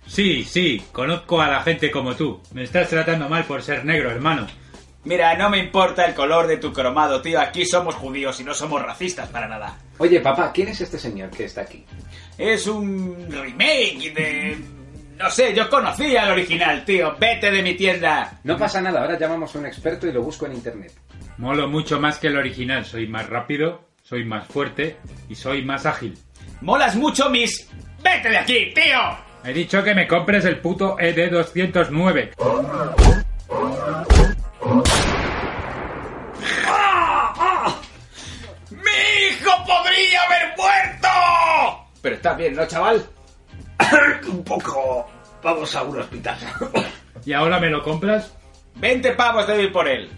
Speaker 5: Sí, sí, conozco a la gente como tú. Me estás tratando mal por ser negro, hermano.
Speaker 4: Mira, no me importa el color de tu cromado, tío. Aquí somos judíos y no somos racistas para nada.
Speaker 3: Oye, papá, ¿quién es este señor que está aquí?
Speaker 4: Es un remake de... No sé, yo conocía al original, tío. Vete de mi tienda.
Speaker 3: No pasa nada, ahora llamamos a un experto y lo busco en internet.
Speaker 5: Molo mucho más que el original. Soy más rápido, soy más fuerte y soy más ágil.
Speaker 4: Molas mucho mis... Vete de aquí, tío.
Speaker 5: He dicho que me compres el puto E ED209.
Speaker 4: ¡Mi hijo podría haber muerto! Pero está bien, ¿no, chaval?
Speaker 8: [coughs] Un poco. Vamos a un hospital.
Speaker 5: ¿Y ahora me lo compras?
Speaker 4: 20 pavos te doy por él.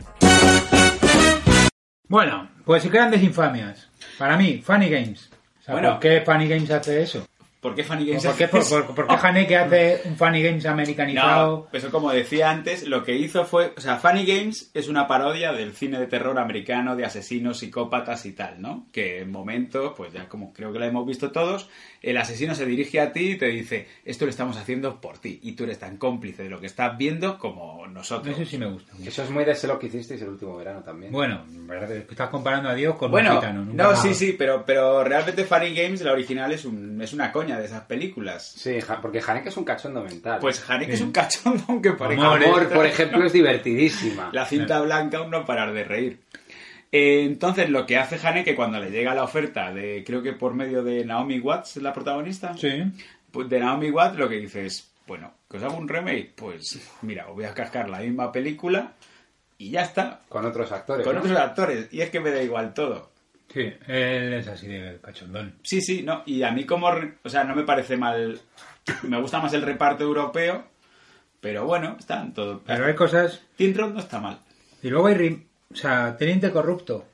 Speaker 5: Bueno, pues grandes infamias. Para mí, Funny Games. O sea,
Speaker 4: Bueno.
Speaker 5: ¿Por qué Funny Games hace eso?
Speaker 4: ¿Por qué Funny
Speaker 5: ¿O
Speaker 4: Games
Speaker 5: ¿Por qué, por,
Speaker 4: hace
Speaker 5: por-
Speaker 4: eso?
Speaker 5: por qué
Speaker 4: [laughs]
Speaker 5: Haneke hace un Funny Games
Speaker 4: No,
Speaker 5: americanizado?
Speaker 4: eso como decía antes, lo que hizo fue... O sea, Funny Games es una parodia del cine de terror americano, de asesinos, psicópatas y tal, ¿no? Que en momentos, pues ya como creo que la hemos visto todos, el asesino se dirige a ti y te dice, esto lo estamos haciendo por ti, y tú eres tan cómplice de lo que estás viendo como nosotros.
Speaker 5: Eso sí me gusta.
Speaker 3: Eso es muy de sé lo que hicisteis el último verano también.
Speaker 5: Bueno, en verdad es que estás comparando a Dios con
Speaker 4: Bueno,
Speaker 5: un gitano. nunca
Speaker 4: no,
Speaker 5: más.
Speaker 4: sí, sí, pero, pero realmente Funny Games, la original, es, un, es una coña de esas películas.
Speaker 3: Sí, Ja- porque Haneke es un cachondo mental.
Speaker 4: Pues Haneke es un cachondo, aunque parezca...
Speaker 5: Amor,
Speaker 3: Amor, por ejemplo, es
Speaker 5: [laughs]
Speaker 3: divertidísima.
Speaker 5: Ah,
Speaker 4: La cinta blanca, un no parar de reír. Eh, entonces, lo que hace Haneke cuando le llega la oferta de, creo que por medio de Naomi Watts, la protagonista,
Speaker 5: Sí.
Speaker 4: pues de Naomi Watts lo que dice es, bueno, que os hago un remake, pues mira, os voy a cascar la misma película y ya está,
Speaker 3: Con otros
Speaker 5: Pues
Speaker 3: actores.
Speaker 4: con
Speaker 3: ¿no?
Speaker 4: otros actores, y es que me da igual todo.
Speaker 5: Sí, él es así de cachondón.
Speaker 4: Sí, sí, no. Y a mí como... re- O sea, no me parece mal... Me gusta más el reparto europeo. Pero bueno, están todos...
Speaker 5: Pero hay cosas...
Speaker 4: Tintron no está mal.
Speaker 5: Y luego hay... rim- O sea, Teniente Corrupto.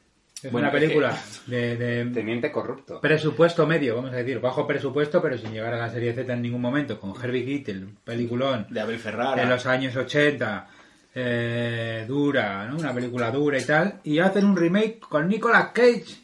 Speaker 5: Es
Speaker 3: Bueno,
Speaker 5: una
Speaker 3: es [laughs]
Speaker 5: película de, de
Speaker 3: Teniente corrupto.
Speaker 5: presupuesto medio, vamos a decir, bajo presupuesto, pero sin llegar a la serie Z en ningún momento, con Herbie Kittle, un peliculón
Speaker 4: De Abel Ferrara.
Speaker 5: de los años 80, eh, dura, ¿no? Una película dura y tal, y hacen un remake con Nicolas Cage.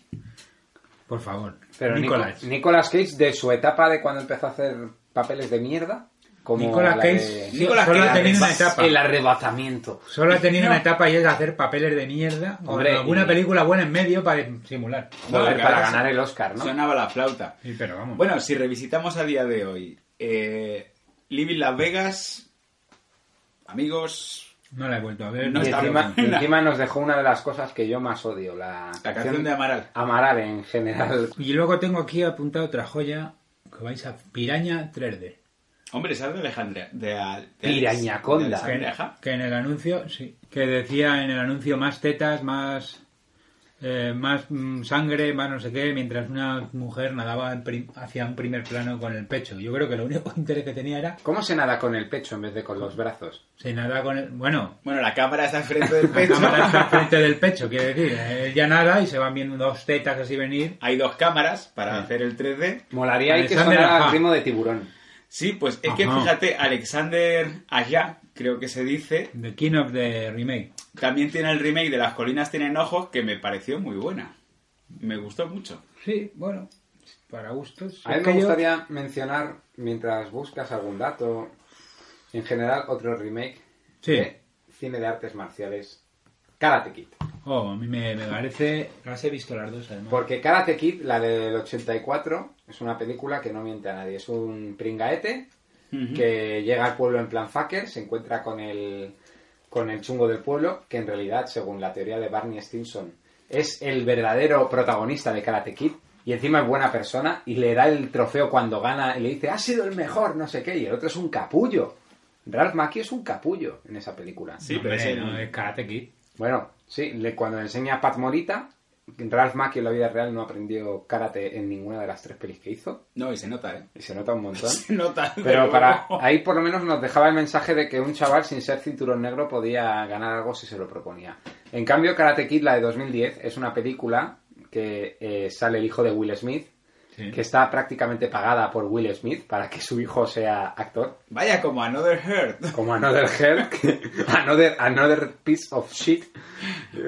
Speaker 5: Por favor,
Speaker 3: Pero Nicolas.
Speaker 5: Nicolas.
Speaker 3: Nicolas Cage de su etapa de cuando empezó a hacer papeles de mierda. Como
Speaker 5: Nicolas
Speaker 3: la
Speaker 5: Cage
Speaker 3: de-
Speaker 5: sí, solo ha tenido una etapa.
Speaker 3: El arrebatamiento.
Speaker 5: Solo ha [laughs] tenido
Speaker 3: [laughs] No.
Speaker 5: una etapa y es hacer papeles de mierda o
Speaker 3: Hombre,
Speaker 5: alguna
Speaker 3: y-
Speaker 5: película buena en medio para simular.
Speaker 3: Joder,
Speaker 4: que
Speaker 3: para
Speaker 4: ahora
Speaker 3: ganar
Speaker 4: se-
Speaker 3: el Oscar, ¿no?
Speaker 4: Sonaba la flauta.
Speaker 5: Sí, pero vamos.
Speaker 4: Bueno, si revisitamos a día de hoy, eh, Living Las Vegas, amigos,
Speaker 5: no la he vuelto a ver.
Speaker 4: No
Speaker 5: ni
Speaker 3: y
Speaker 4: está
Speaker 5: creo
Speaker 3: encima,
Speaker 5: que-
Speaker 4: bien.
Speaker 3: y encima nos dejó una de las cosas que yo más odio, la,
Speaker 4: la canción de Amaral.
Speaker 3: Amaral en general.
Speaker 5: Y luego tengo aquí apuntado otra joya que vais a Piraña 3D.
Speaker 4: Hombre, ¿sabes de Alejandra? De, al- de
Speaker 3: Pirañaconda.
Speaker 4: de Alejandra.
Speaker 5: Que, que en el anuncio, sí, que decía en el anuncio más tetas, más eh, más mm, sangre, más no sé qué, mientras una mujer nadaba en prim- hacia un primer plano con el pecho. Yo creo que lo único [laughs] interés que tenía era
Speaker 3: ¿Cómo se nada con el pecho en vez de con los brazos?
Speaker 5: se nadaba con el, bueno,
Speaker 4: Bueno, la cámara está enfrente
Speaker 5: [laughs]
Speaker 4: del
Speaker 5: La
Speaker 4: pecho.
Speaker 5: cámara está frente del pecho, quiere decir, él ya nada y se van viendo dos tetas así venir.
Speaker 4: Hay dos cámaras para hacer el 3D.
Speaker 3: Molaría ahí que
Speaker 5: Alexander
Speaker 3: sonara el
Speaker 5: Aja.
Speaker 3: ritmo de tiburón.
Speaker 4: Sí, pues es que
Speaker 5: Ajá.
Speaker 4: fíjate, Alexander Allá, creo que se dice,
Speaker 5: The King of the Remake.
Speaker 4: también tiene el remake de Las Colinas Tienen Ojos, que me pareció muy buena. Me gustó mucho.
Speaker 5: Sí, bueno, para gustos.
Speaker 3: A mí
Speaker 5: Es
Speaker 3: me
Speaker 5: que yo-
Speaker 3: gustaría mencionar, mientras buscas algún dato, en general otro remake
Speaker 5: Sí.
Speaker 3: de cine de artes marciales, Karate Kid.
Speaker 5: Oh, a mí me, me parece... Las he visto las dos, además.
Speaker 3: Porque Karate Kid, la del 84, es una película que no miente a nadie. Es un pringaete que llega al pueblo en plan fucker, se encuentra con el, con el chungo del pueblo, que en realidad, según la teoría de Barney Stinson, es el verdadero protagonista de Karate Kid. Y encima es buena persona y le da el trofeo cuando gana y le dice, has sido el mejor, no sé qué. Y el otro es un capullo. Ralph Macchio es un capullo en esa película.
Speaker 4: Sí,
Speaker 5: Hombre,
Speaker 4: pero es el-
Speaker 5: no, es Karate Kid.
Speaker 3: Bueno, sí, le, cuando le enseña a Pat Morita, Ralph Macchio en la vida real no aprendió karate en ninguna de las tres pelis que hizo,
Speaker 4: No, y se nota, ¿eh? [laughs]
Speaker 3: y se nota un montón.
Speaker 4: Se nota.
Speaker 3: Pero
Speaker 4: de
Speaker 3: para
Speaker 4: nuevo.
Speaker 3: ahí por lo menos nos dejaba el mensaje de que un chaval sin ser cinturón negro podía ganar algo si se lo proponía. En cambio, Karate Kid, la de 2010, es una película que eh, sale el hijo de Will Smith,
Speaker 5: Sí.
Speaker 3: que está prácticamente pagada por Will Smith para que su hijo sea actor.
Speaker 4: Vaya como Another
Speaker 3: [laughs]
Speaker 4: Heart.
Speaker 3: Como Another Hell, que- [laughs] another, another Piece of Shit.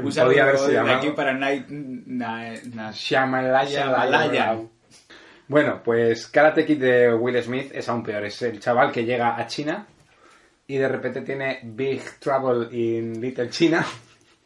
Speaker 4: Un
Speaker 3: podía haberse
Speaker 4: saludo desde
Speaker 3: llamado.
Speaker 4: aquí para Night... Na- na-
Speaker 3: Shyamalaya.
Speaker 4: Shyamalaya.
Speaker 3: Bueno, pues Karate Kid de Will Smith es aún peor. Es el chaval que llega a China y de repente tiene Big Trouble in Little China [laughs]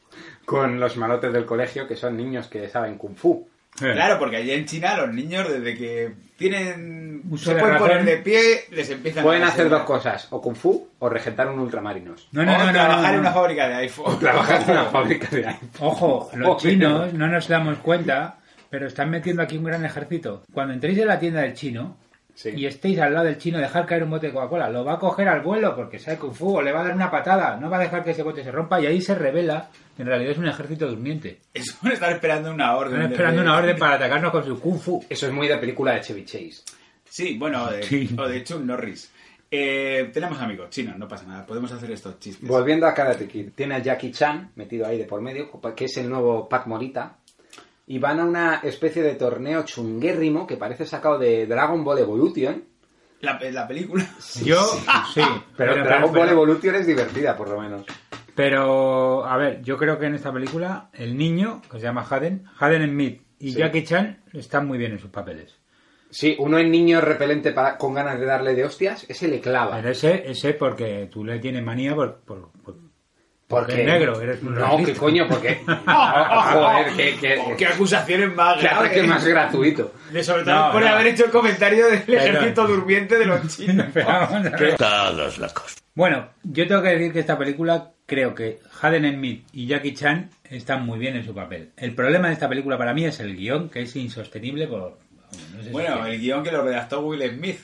Speaker 3: con los malotes del colegio que son niños que saben Kung Fu.
Speaker 5: Eh,
Speaker 4: Claro, porque allá en China los niños desde que tienen...
Speaker 5: Uso
Speaker 4: se
Speaker 5: de
Speaker 4: pueden
Speaker 5: razón.
Speaker 4: poner de pie, les empiezan
Speaker 3: Pueden
Speaker 4: a
Speaker 3: hacer dos
Speaker 4: enseñar.
Speaker 3: cosas, o Kung Fu o regentar un ultramarinos.
Speaker 5: No, no,
Speaker 4: o
Speaker 5: no, no,
Speaker 4: trabajar
Speaker 5: no, no.
Speaker 4: en una fábrica de
Speaker 3: [laughs]
Speaker 4: iPhone.
Speaker 3: Trabajar
Speaker 4: [laughs]
Speaker 3: en una fábrica de iPhone.
Speaker 5: Ojo, los
Speaker 3: Ojo,
Speaker 5: chinos no nos damos cuenta, pero están metiendo aquí un gran ejército. Cuando entréis en la tienda del chino
Speaker 3: Sí.
Speaker 5: y estéis al lado del chino, dejar caer un bote de Coca-Cola, lo va a coger al vuelo porque sabe Kung Fu, o le va a dar una patada, no va a dejar que ese bote se rompa y ahí se revela que en realidad es un ejército durmiente.
Speaker 4: Eso están esperando una orden.
Speaker 5: Están
Speaker 4: de-
Speaker 5: esperando una orden para atacarnos con su Kung Fu.
Speaker 3: Eso es muy de película de Chevy Chase.
Speaker 4: Sí, bueno, o de,
Speaker 5: Sí.
Speaker 4: o de Chuck Norris. Eh, tenemos amigos chinos, no pasa nada. Podemos hacer estos chistes.
Speaker 3: Volviendo a Karate Kid, tiene a Jackie Chan metido ahí de por medio, que es el nuevo Pat Morita, y van a una especie de torneo chunguérrimo que parece sacado de Dragon Ball Evolution,
Speaker 4: La, la película...
Speaker 5: Yo, [laughs] sí,
Speaker 3: pero, Dragon Ball Evolution es divertida por lo menos.
Speaker 5: Pero, a ver, yo creo que en esta película el niño, que se llama Haden, Haden Smith y
Speaker 3: Sí.
Speaker 5: Jackie Chan están muy bien en sus papeles.
Speaker 3: Sí, uno es niño repelente para- con ganas de darle de hostias, ese le clava.
Speaker 5: Pero ese, ese porque tú le tienes manía por, por- por- [laughs]
Speaker 3: Porque
Speaker 5: eres negro, eres un
Speaker 3: No,
Speaker 5: racista.
Speaker 3: qué coño, porque... Ah, Joder,
Speaker 4: [laughs]
Speaker 3: qué, qué,
Speaker 4: Oh,
Speaker 3: qué
Speaker 4: acusaciones más
Speaker 3: ataque
Speaker 4: graves.
Speaker 3: más gratuito.
Speaker 4: De sobre todo
Speaker 5: No,
Speaker 4: por
Speaker 5: no.
Speaker 4: haber hecho el comentario del
Speaker 5: Pero-
Speaker 4: ejército durmiente [laughs] de los chinos.
Speaker 5: Pero vamos a ver.
Speaker 10: Todos locos.
Speaker 5: Bueno, yo tengo que decir que esta película creo que Haden Smith y Jackie Chan están muy bien en su papel. El problema de esta película para mí es el guión, que es insostenible por... vamos, no sé si
Speaker 4: Bueno,
Speaker 5: es
Speaker 4: el guión que lo redactó Will Smith,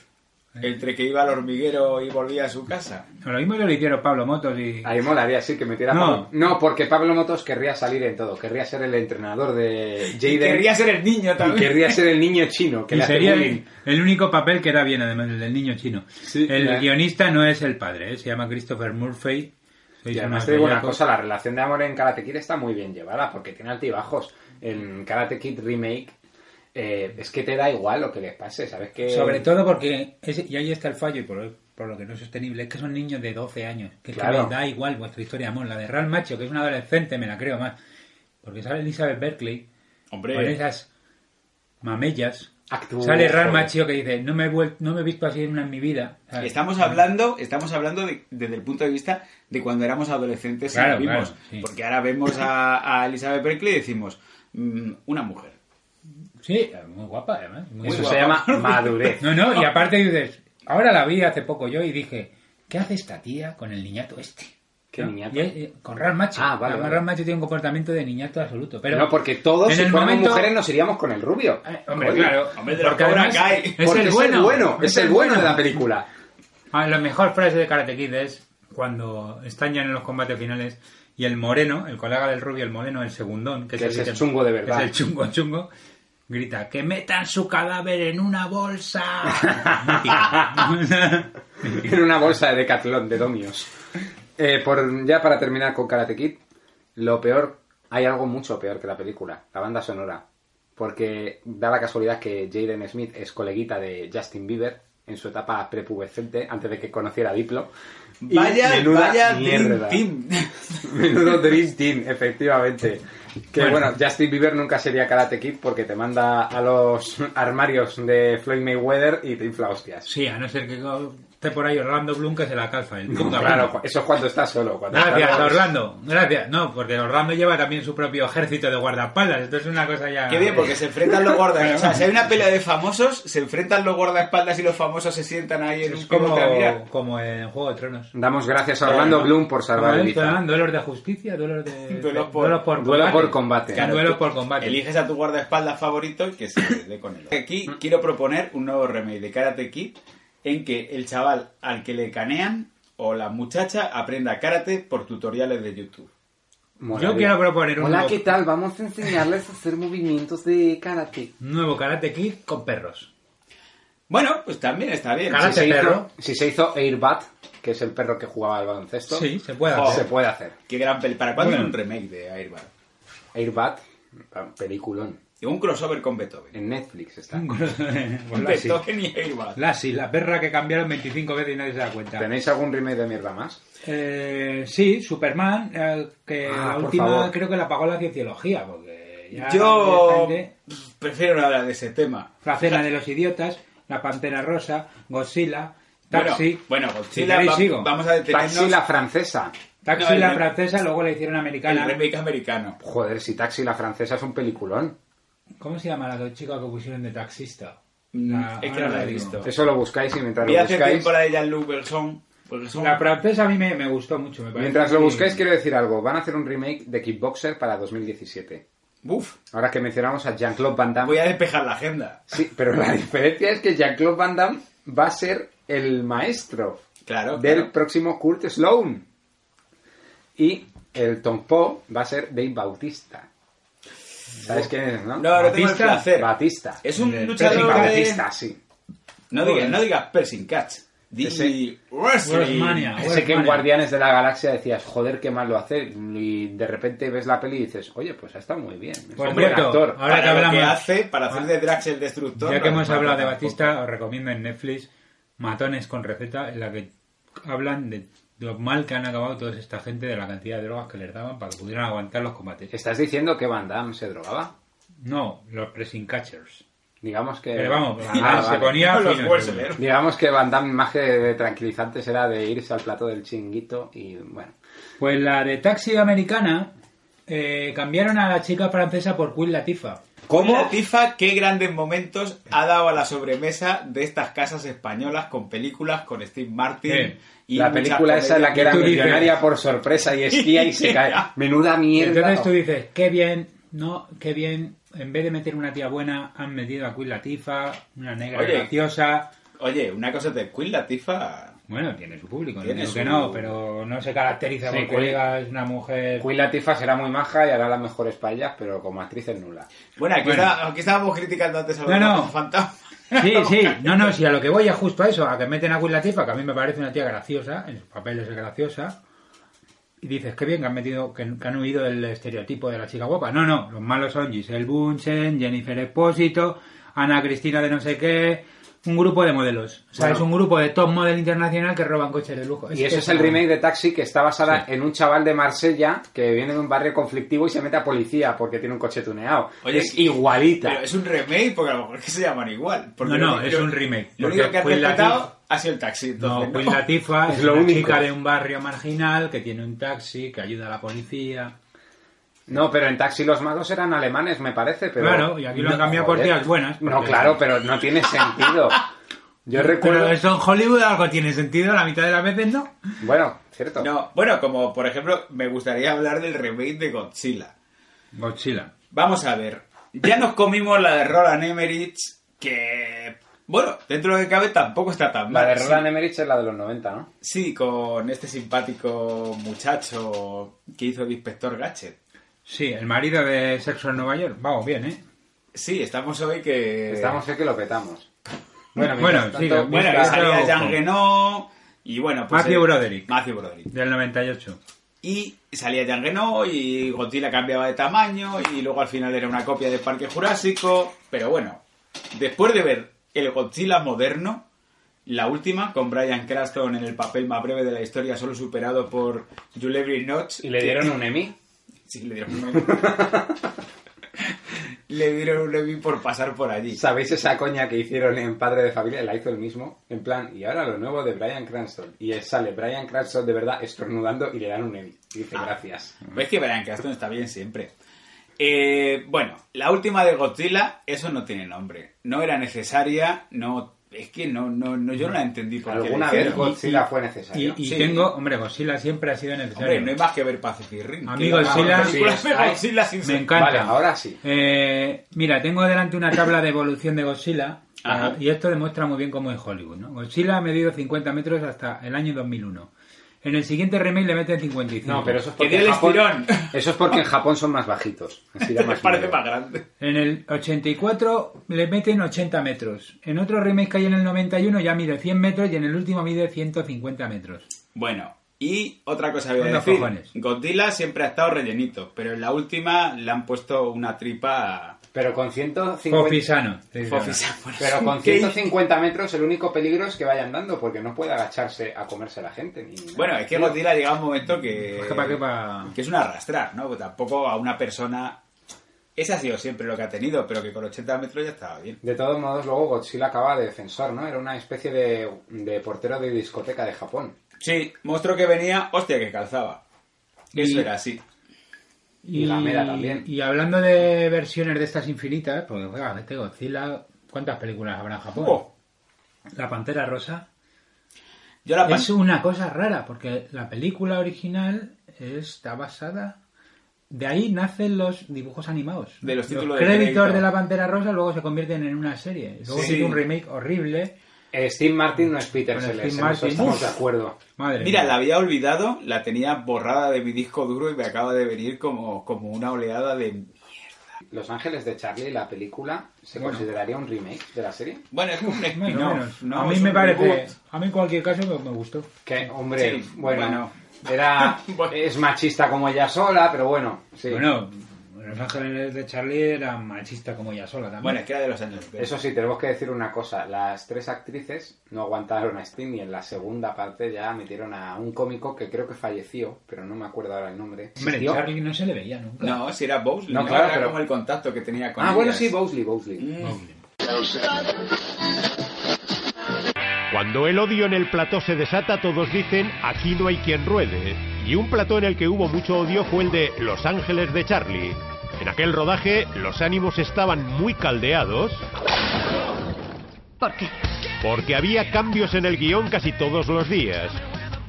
Speaker 4: entre que iba al hormiguero y volvía a su casa.
Speaker 5: que- Lo mismo lo hicieron Pablo Motos y...
Speaker 3: Ahí molaría, sí, que metiera
Speaker 5: No.
Speaker 3: Pablo. No, porque Pablo Motos querría salir en todo. Querría ser el entrenador de
Speaker 4: Y
Speaker 3: Jaden.
Speaker 4: querría ser el niño
Speaker 3: y
Speaker 4: también.
Speaker 3: querría ser el niño chino que
Speaker 5: Y
Speaker 3: le hace
Speaker 5: sería
Speaker 3: bullying.
Speaker 5: el, el único papel que da bien, además, el del niño chino.
Speaker 3: Sí,
Speaker 5: el
Speaker 3: ya.
Speaker 5: guionista no es el padre, ¿eh? se llama Christopher Murphy. Sois
Speaker 3: Y además
Speaker 5: unos
Speaker 3: te digo una
Speaker 5: bellacos.
Speaker 3: cosa, la relación de amor en Karate Kid está muy bien llevada porque tiene altibajos. en Karate Kid Remake, eh, es que te da igual lo que les pase, ¿sabes? Que...
Speaker 5: Sobre todo porque, ese- y ahí está el fallo, y por, por lo que no es sostenible, es que son niños de 12 años. Que es que
Speaker 3: Claro.
Speaker 5: me da igual vuestra historia de amor. La de Real Macho, que es una adolescente, me la creo más. Porque sale Elizabeth Berkeley
Speaker 4: Hombre.
Speaker 5: con esas mamellas.
Speaker 3: Actúa,
Speaker 5: sale Real
Speaker 4: joder.
Speaker 5: Macho que dice, no me, he vuel- no me he visto así en una en mi vida. ¿sabes?
Speaker 4: Estamos hablando, estamos hablando de- desde el punto de vista de cuando éramos adolescentes
Speaker 5: Claro,
Speaker 4: y lo vimos.
Speaker 5: claro, sí.
Speaker 4: Porque ahora vemos a, a Elizabeth Berkeley y decimos, "Mm, una mujer.
Speaker 5: Sí, muy guapa además. muy
Speaker 3: Eso
Speaker 5: guapa.
Speaker 3: se [laughs] llama madurez.
Speaker 5: No, no, y aparte dices, ahora la vi hace poco yo y dije, ¿qué hace esta tía con el niñato este?
Speaker 3: ¿Qué
Speaker 5: ¿No?
Speaker 3: niñato?
Speaker 5: Y es- eh, con Real Macho.
Speaker 3: Ah, vale,
Speaker 5: Real
Speaker 3: vale.
Speaker 5: Macho tiene un comportamiento de niñato absoluto. Pero
Speaker 3: Pero no, porque todos,
Speaker 5: en
Speaker 3: si
Speaker 5: el
Speaker 3: fuéramos
Speaker 5: momento-
Speaker 3: mujeres, nos iríamos con el rubio.
Speaker 5: Eh, hombre,
Speaker 3: Joder.
Speaker 5: claro.
Speaker 4: hombre, de la
Speaker 5: Porque
Speaker 4: Cobra
Speaker 5: además
Speaker 4: Kai.
Speaker 5: Es el bueno.
Speaker 3: es el bueno de la película.
Speaker 5: Ah, la mejor frase de Karate Kid es cuando están ya en los combates finales y el moreno, el colega del rubio, el moreno, el segundón, que,
Speaker 3: Que es
Speaker 5: que
Speaker 3: el
Speaker 5: te-
Speaker 3: chungo de verdad.
Speaker 5: Es el chungo chungo. Grita, que metan su cadáver en una bolsa.
Speaker 3: en una bolsa de decatlón de domios. Eh, por, ya para terminar con Karate Kid, lo peor, hay algo mucho peor que la película, la banda sonora. Porque da la casualidad que Jaden Smith es coleguita de Justin Bieber en su etapa prepubescente, antes de que conociera a Diplo. Y
Speaker 4: Vaya,
Speaker 3: menuda
Speaker 4: vaya Dream
Speaker 3: mierda.
Speaker 4: Team.
Speaker 3: Menudo Dream Team, efectivamente. Que
Speaker 5: Bueno.
Speaker 3: bueno. Justin Bieber nunca sería Karate Kid porque te manda a los armarios de Floyd Mayweather y te infla hostias.
Speaker 5: sí, a no ser que esté por ahí Orlando Bloom que se la calza. El
Speaker 3: No,
Speaker 5: puto
Speaker 3: claro,
Speaker 5: Orlando.
Speaker 3: eso es cuando estás solo. Cuando
Speaker 5: Gracias,
Speaker 3: estás-
Speaker 5: Orlando. Gracias. No, porque Orlando lleva también su propio ejército de guardaespaldas. Esto es una cosa ya...
Speaker 4: Qué bien, porque se enfrentan los gordas. O sea, si hay una pelea de famosos, se enfrentan los guardaespaldas y los famosos se sientan ahí en
Speaker 5: Es
Speaker 4: un como...
Speaker 5: como,
Speaker 4: a mirar.
Speaker 5: como en Juego de Tronos.
Speaker 3: Damos gracias a Orlando Bloom por salvar el
Speaker 5: Duelos,
Speaker 3: Ibiza.
Speaker 5: duelos de justicia, duelos de...
Speaker 4: [laughs] Duelos por-
Speaker 5: duelos
Speaker 3: duelo por combate.
Speaker 5: Claro, duelos por combate.
Speaker 4: Eliges a tu guardaespaldas favorito y que se dé con
Speaker 5: [laughs]
Speaker 4: él. Aquí quiero proponer un nuevo remake de Karate Kid en que el chaval al que le canean o la muchacha aprenda karate por tutoriales de YouTube.
Speaker 3: Mola,
Speaker 5: Yo quiero
Speaker 3: bien.
Speaker 5: proponer un
Speaker 3: Hola,
Speaker 5: nuevo-
Speaker 3: ¿qué tal? Vamos a enseñarles a hacer movimientos de karate.
Speaker 5: Nuevo Karate Kid
Speaker 4: [laughs]
Speaker 5: con perros.
Speaker 4: Bueno, pues también está bien.
Speaker 5: Karate
Speaker 4: Sí,
Speaker 3: Se hizo-
Speaker 5: perro.
Speaker 3: si se hizo Airbat, que es el perro que jugaba al baloncesto,
Speaker 5: Sí, se puede
Speaker 4: Joder.
Speaker 3: se
Speaker 5: hacer.
Speaker 3: puede hacer.
Speaker 4: Qué gran peli. ¿Para cuándo
Speaker 5: Bueno.
Speaker 4: un remake de Airbag?
Speaker 3: Airbat, peliculón.
Speaker 4: Y un crossover con Beethoven.
Speaker 3: En Netflix está.
Speaker 5: Mm,
Speaker 4: Pues
Speaker 5: Con Lassie.
Speaker 4: Beethoven y Airbag.
Speaker 5: Lassie, la perra que cambiaron 25 veces y nadie se da cuenta.
Speaker 3: ¿Tenéis algún remake de mierda más?
Speaker 5: Eh, sí, Superman, eh, que
Speaker 3: Ah,
Speaker 5: la
Speaker 3: por
Speaker 5: última
Speaker 3: favor.
Speaker 5: creo que la pagó la cienciología, porque ya
Speaker 4: Yo
Speaker 5: directamente,
Speaker 4: prefiero no hablar de ese tema.
Speaker 5: la cena de los idiotas, la pantera rosa, Godzilla, Taxi,
Speaker 4: Bueno, bueno
Speaker 5: si
Speaker 4: Godzilla,
Speaker 5: queréis
Speaker 4: va-
Speaker 5: sigo.
Speaker 4: vamos a detenernos.
Speaker 3: Taxi la francesa.
Speaker 5: Taxi
Speaker 4: no,
Speaker 5: la
Speaker 4: el-
Speaker 5: francesa, luego la hicieron americana.
Speaker 4: El remake americano.
Speaker 3: Joder, si Taxi la francesa es un peliculón.
Speaker 5: ¿Cómo se llama la dos chicas que pusieron de taxista?
Speaker 4: Mm,
Speaker 5: La- Ah,
Speaker 4: es que
Speaker 5: ahora
Speaker 4: no la he
Speaker 5: digo.
Speaker 4: visto.
Speaker 3: Eso lo buscáis y mientras
Speaker 4: Vi
Speaker 3: lo
Speaker 4: hace
Speaker 3: buscáis...
Speaker 4: tiempo la de Jean-Luc Besson. porque son-
Speaker 5: La francesa a mí me, me gustó mucho, me parece
Speaker 3: Mientras lo
Speaker 5: que-
Speaker 3: buscáis, quiero decir algo. Van a hacer un remake de Kickboxer para 2017.
Speaker 4: Uf,
Speaker 3: Ahora que mencionamos a Jean-Claude Van Damme.
Speaker 4: voy a despejar la agenda.
Speaker 3: Sí, pero la [laughs] diferencia es que Jean-Claude Van Damme va a ser el maestro
Speaker 4: Claro,
Speaker 3: del
Speaker 4: claro.
Speaker 3: próximo Kurt Sloan. Y el Tompo va a ser Dave Bautista. ¿Sabes quién es, no?
Speaker 4: No, no tengo el
Speaker 5: Batista,
Speaker 4: placer.
Speaker 3: Batista.
Speaker 4: Es un
Speaker 5: El
Speaker 4: luchador
Speaker 5: Percy
Speaker 4: de...
Speaker 3: Bautista, sí.
Speaker 4: No digas, no digas Pershing Cats. Di
Speaker 3: Ese-
Speaker 4: Wrestling.
Speaker 5: Wrestlemania.
Speaker 3: Ese que en
Speaker 5: Bueno.
Speaker 3: Guardianes de la Galaxia decías, joder, qué mal lo hace. Y de repente ves la peli y dices, oye, pues está muy bien. Es
Speaker 5: Por
Speaker 3: un buen
Speaker 5: cierto,
Speaker 3: actor.
Speaker 5: ahora
Speaker 4: para
Speaker 5: que
Speaker 4: lo
Speaker 5: hablamos...
Speaker 4: que hace, para hacer de Drax el Destructor.
Speaker 5: Ya que
Speaker 4: no,
Speaker 5: hemos
Speaker 4: no,
Speaker 5: hablado de
Speaker 4: no,
Speaker 5: Batista, os recomiendo en Netflix Matones con receta, en la que hablan de lo mal que han acabado toda esta gente, de la cantidad de drogas que les daban para que pudieran aguantar los combates.
Speaker 3: ¿Estás diciendo que Van Damme se drogaba?
Speaker 5: No, los pressing catchers.
Speaker 3: Digamos que...
Speaker 4: [laughs]
Speaker 5: Pero vamos,
Speaker 3: Ah,
Speaker 5: Vidal se
Speaker 3: vale.
Speaker 5: ponía
Speaker 4: Con Eh, los
Speaker 5: fino.
Speaker 4: wrestlers.
Speaker 3: Digamos que Van Damme más que de tranquilizantes era de irse al plato del chinguito y bueno.
Speaker 5: Pues la de Taxi Americana eh, cambiaron a la chica francesa por Queen Latifa.
Speaker 4: ¿Cómo? Latifa, qué grandes momentos ha dado a la sobremesa de estas casas españolas con películas con Steve Martin.
Speaker 5: Eh,
Speaker 4: y
Speaker 3: la
Speaker 4: muchas
Speaker 3: película esa en la que era
Speaker 5: Tú dices-
Speaker 3: millonaria por sorpresa y esquía y
Speaker 5: [laughs]
Speaker 3: se cae. Menuda mierda.
Speaker 5: Entonces tú dices, qué bien, no, qué bien, en vez de meter una tía buena, han metido a Queen Latifa, una negra
Speaker 4: Oye.
Speaker 5: graciosa.
Speaker 4: Oye, una cosa de Queen Latifa.
Speaker 5: Bueno, tiene su público, no
Speaker 4: Tiene
Speaker 5: digo
Speaker 4: su-
Speaker 5: que no, pero no se caracteriza
Speaker 3: Sí,
Speaker 5: porque
Speaker 3: Queen-
Speaker 5: diga es una mujer.
Speaker 3: Queen Latifah será muy maja y hará las mejores paellas, pero como actriz es nula.
Speaker 4: Bueno, aquí,
Speaker 5: Bueno.
Speaker 4: está- aquí estábamos criticando antes a los
Speaker 5: No, no.
Speaker 4: Caza fantasmas.
Speaker 3: [laughs]
Speaker 5: Sí, sí, no, no, si a lo que voy es justo a eso, a que meten a Queen Latifah, que a mí me parece una tía graciosa, en sus papeles es graciosa, y dices, qué bien que han metido, que, que han huido del estereotipo de la chica guapa. No, no, los malos son Giselle Bunchen, Jennifer Espósito, Ana Cristina de no sé qué, un grupo de modelos. O sea,
Speaker 3: Bueno.
Speaker 5: es un grupo de top model internacional que roban coches de lujo.
Speaker 3: Y eso es el remake de Taxi que está basada en un chaval de Marsella que viene de un barrio conflictivo y se mete a policía porque tiene un coche tuneado.
Speaker 4: Oye,
Speaker 3: es
Speaker 4: sí.
Speaker 3: igualita.
Speaker 4: Pero es un remake porque a lo mejor que se llaman igual. Porque
Speaker 5: No, no,
Speaker 4: lo
Speaker 5: es
Speaker 4: único-
Speaker 5: un remake,
Speaker 4: Lo
Speaker 5: porque
Speaker 4: único que ha
Speaker 5: Queen Latifah-
Speaker 4: respetado ha sido el taxi.
Speaker 5: No,
Speaker 4: Entonces,
Speaker 5: Queen Latifah es,
Speaker 3: Es lo
Speaker 5: una
Speaker 3: único.
Speaker 5: chica de un barrio marginal que tiene un taxi, que ayuda a la policía.
Speaker 3: No, pero en Taxi los malos eran alemanes, me parece. Pero...
Speaker 5: Claro, y aquí lo han
Speaker 3: No,
Speaker 5: cambiado por
Speaker 3: joder.
Speaker 5: tías buenas,
Speaker 3: No,
Speaker 5: porque-
Speaker 3: claro, pero no tiene sentido. Yo recuerdo...
Speaker 5: Pero eso en Hollywood algo tiene sentido, la mitad de las veces no.
Speaker 3: Bueno, cierto.
Speaker 4: No, bueno, como por ejemplo, me gustaría hablar del remake de Godzilla.
Speaker 5: Godzilla.
Speaker 4: Vamos a ver. Ya nos comimos la de Roland Emmerich, que. Bueno, dentro de lo que cabe tampoco está tan
Speaker 3: La
Speaker 4: mal.
Speaker 3: de
Speaker 4: Sí,
Speaker 3: Roland Emmerich es la de los 90, ¿no?
Speaker 4: Sí, con este simpático muchacho que hizo de inspector Gadget.
Speaker 5: Sí, el marido de Sexo en Nueva York. Vamos bien, ¿eh?
Speaker 4: Sí, estamos hoy que.
Speaker 3: Estamos aquí que lo petamos.
Speaker 5: Bueno,
Speaker 3: mientras
Speaker 5: sí,
Speaker 3: tanto,
Speaker 4: Bueno, que
Speaker 3: busca-
Speaker 4: salía
Speaker 5: Ojo.
Speaker 4: Jean Reno y bueno, pues.
Speaker 5: Matthew
Speaker 4: eh,
Speaker 5: Broderick.
Speaker 4: Matthew Broderick.
Speaker 5: Del 98.
Speaker 4: Y salía Jean Reno y Godzilla cambiaba de tamaño y luego al final era una copia de Parque Jurásico. Pero bueno, después de ver el Godzilla moderno, la última, con Brian Cranston en el papel más breve de la historia, solo superado por Julie Brinoch.
Speaker 3: Y le dieron un Emmy.
Speaker 4: [laughs] Sí, le dieron un Emmy. le dieron un Emmy por pasar por allí.
Speaker 3: ¿Sabéis esa coña que hicieron en Padre de Familia? La hizo el mismo. En plan, y ahora lo nuevo de Brian Cranston. Y él sale Brian Cranston de verdad estornudando y le dan un Emmy. Y dice,
Speaker 5: Ah.
Speaker 3: gracias.
Speaker 4: ¿Ves que Brian Cranston está bien siempre? Eh, bueno, la última de Godzilla, eso no tiene nombre. No era necesaria, no... Es que no, no, no yo no la entendí por qué
Speaker 3: Alguna
Speaker 4: la
Speaker 3: vez
Speaker 4: hicieron.
Speaker 3: Godzilla fue
Speaker 5: Y,
Speaker 3: necesario.
Speaker 5: y
Speaker 4: Sí.
Speaker 5: tengo, hombre, Godzilla siempre ha sido necesario.
Speaker 4: Hombre, no hay más que ver Pacific Rim.
Speaker 5: A
Speaker 4: que
Speaker 5: mí
Speaker 4: la mejor
Speaker 5: Godzilla-
Speaker 4: película
Speaker 3: Sí,
Speaker 4: de
Speaker 3: está-
Speaker 4: Godzilla sin
Speaker 5: Me
Speaker 4: ser-
Speaker 5: encanta.
Speaker 3: Vale, ahora sí.
Speaker 5: Eh, mira, tengo delante una tabla de evolución de Godzilla.
Speaker 4: Ajá.
Speaker 5: Y esto demuestra muy bien cómo es Hollywood. ¿no? Godzilla ha medido 50 metros hasta el año 2001. En el siguiente remake le meten 55.
Speaker 3: No, pero eso es
Speaker 4: Que
Speaker 3: porque,
Speaker 4: dio el
Speaker 3: en Japón,
Speaker 4: estirón.
Speaker 3: eso es porque en Japón son más
Speaker 4: [laughs]
Speaker 3: bajitos. Así da
Speaker 4: Me
Speaker 3: más
Speaker 4: parece
Speaker 3: miedo.
Speaker 4: más grande.
Speaker 5: En el 84 le meten 80 metros. En otro remake que hay en el 91 ya mide 100 metros y en el último mide 150 metros.
Speaker 4: Bueno, y otra cosa voy a
Speaker 5: Anda,
Speaker 4: decir.
Speaker 5: cojones.
Speaker 4: Godzilla siempre ha estado rellenito, pero en la última le han puesto una tripa...
Speaker 3: Pero con 150...
Speaker 5: Fofisano. te dice ahora.
Speaker 4: Fofisa, por
Speaker 3: Pero
Speaker 4: eso.
Speaker 3: con
Speaker 4: ¿Qué
Speaker 3: 150 metros el único peligro es que vayan dando porque no puede agacharse a comerse a la gente. ni nada.
Speaker 4: Bueno, es que Godzilla llega un momento que.
Speaker 5: Es que pa' qué pa'-
Speaker 4: que es un arrastrar, ¿no? Porque tampoco a una persona. Ese ha sido siempre lo que ha tenido, pero que con 80 metros ya estaba bien.
Speaker 3: De todos modos, luego Godzilla acaba de defensor, ¿no? Era una especie de, de portero de discoteca de Japón.
Speaker 4: Sí, monstruo que venía, hostia, que calzaba. Eso era así.
Speaker 3: Y Gamera también.
Speaker 5: Y hablando de versiones de estas infinitas, porque oiga, este Godzilla, ¿cuántas películas habrá en Japón?
Speaker 4: Oh.
Speaker 5: La Pantera Rosa.
Speaker 4: Yo la pan-
Speaker 5: Es una cosa rara, porque la película original está basada... De ahí nacen los dibujos animados.
Speaker 4: De los títulos de
Speaker 5: créditos
Speaker 4: crédito.
Speaker 5: de la Pantera Rosa luego se convierten en una serie. Luego
Speaker 4: Sí.
Speaker 5: tiene un remake horrible.
Speaker 3: Eh, Steve Martin no es Peter
Speaker 5: Bueno,
Speaker 3: Sellers,
Speaker 5: Steve
Speaker 3: en eso
Speaker 5: Martin.
Speaker 3: estamos
Speaker 5: Uf.
Speaker 3: de acuerdo.
Speaker 5: Madre
Speaker 4: Mira,
Speaker 5: mía.
Speaker 4: la había olvidado, la tenía borrada de mi disco duro y me acaba de venir como, como una oleada de.
Speaker 3: Los Ángeles de Charlie, la película, ¿se
Speaker 5: Bueno.
Speaker 3: consideraría un remake de la serie?
Speaker 4: Bueno, es como un
Speaker 5: Más o
Speaker 4: spin-off.
Speaker 5: menos.
Speaker 4: ¿no?
Speaker 5: a mí
Speaker 4: Es
Speaker 5: me
Speaker 4: un
Speaker 5: parece,
Speaker 4: reboot.
Speaker 5: a mí en cualquier caso me- me gustó.
Speaker 3: Que, hombre,
Speaker 4: Sí,
Speaker 3: bueno,
Speaker 4: bueno.
Speaker 5: [laughs]
Speaker 3: era
Speaker 4: Bueno.
Speaker 3: es machista como ella sola, pero bueno, sí.
Speaker 5: Bueno, Los Ángeles de Charlie era machista como ella sola también.
Speaker 4: Bueno, es que era de los años. 20.
Speaker 3: Eso sí, tenemos que decir una cosa. Las tres actrices no aguantaron a Steve y en la segunda parte ya metieron a un cómico que creo que falleció, pero no me acuerdo ahora el nombre.
Speaker 5: Hombre,
Speaker 3: ¿Existió?
Speaker 5: Charlie no se le veía nunca.
Speaker 4: No, si era Bowsley.
Speaker 3: No,
Speaker 4: No,
Speaker 3: claro,
Speaker 4: era
Speaker 3: pero-
Speaker 4: como el contacto que tenía con
Speaker 3: Ah, bueno,
Speaker 4: ellas.
Speaker 3: sí, Bowsley, Bowsley.
Speaker 4: Mm.
Speaker 11: Cuando el odio en el plató se desata, todos dicen aquí no hay quien ruede. Y un plató en el que hubo mucho odio fue el de Los Ángeles de Charlie. En aquel rodaje los ánimos estaban muy caldeados
Speaker 1: ¿Por qué?
Speaker 11: porque había cambios en el guión casi todos los días.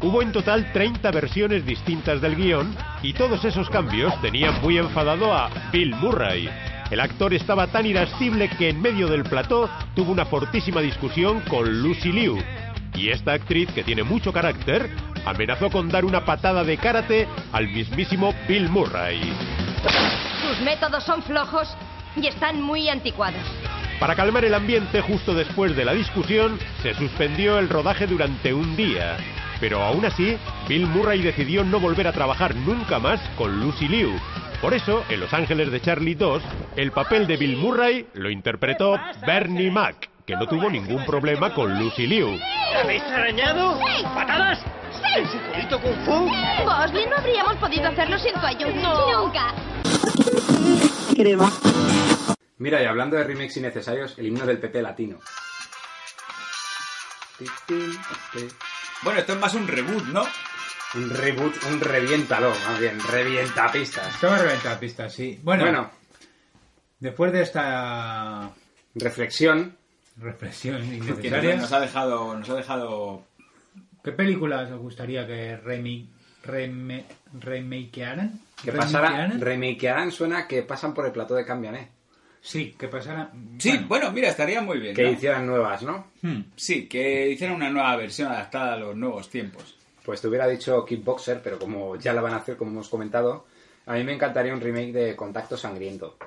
Speaker 11: Hubo en total 30 versiones distintas del guión y todos esos cambios tenían muy enfadado a Bill Murray. El actor estaba tan irascible que en medio del plató tuvo una fortísima discusión con Lucy Liu. Y esta actriz, que tiene mucho carácter, amenazó con dar una patada de karate al mismísimo Bill Murray.
Speaker 12: Sus métodos son flojos y están muy anticuados.
Speaker 11: Para calmar el ambiente justo después de la discusión, se suspendió el rodaje durante un día. Pero aún así, Bill Murray decidió no volver a trabajar nunca más con Lucy Liu. Por eso, en Los Ángeles de Charlie 2, el papel de Bill Murray lo interpretó Bernie Mac, que no tuvo ningún problema con Lucy Liu.
Speaker 13: ¿Habéis arañado? ¿Patadas? ¿En su culito kung fu?
Speaker 12: Bosley, Pues no habríamos podido hacerlo sin tu ayuda. Nunca.
Speaker 3: Mira, y hablando de remakes innecesarios, el himno del PP latino.
Speaker 4: Bueno, esto es más un reboot, ¿no?
Speaker 3: Un reboot, un reviéntalo, más bien, revienta pistas.
Speaker 5: Toma reventar pistas, sí. Bueno,
Speaker 3: Bueno.
Speaker 5: después de esta
Speaker 3: reflexión,
Speaker 5: reflexión
Speaker 4: Que nos,
Speaker 5: innecesaria,
Speaker 4: nos ha dejado, nos ha dejado
Speaker 5: ¿qué películas os gustaría que remi, reme, remakearan?
Speaker 3: Que pasara,
Speaker 5: ¿Remakearan?
Speaker 3: remakearán suena que pasan por el plató de Cambiané.
Speaker 5: Sí, que pasara.
Speaker 4: Sí, bueno,
Speaker 3: pues.
Speaker 4: mira, estaría muy bien.
Speaker 3: Que
Speaker 4: ¿no?
Speaker 3: hicieran nuevas, ¿no?
Speaker 5: Hmm,
Speaker 4: Sí, que hicieran una nueva versión adaptada a los nuevos tiempos.
Speaker 3: Pues te hubiera dicho Kickboxer, pero como ya la van a hacer, como hemos comentado, a mí me encantaría un remake de Contacto Sangriento.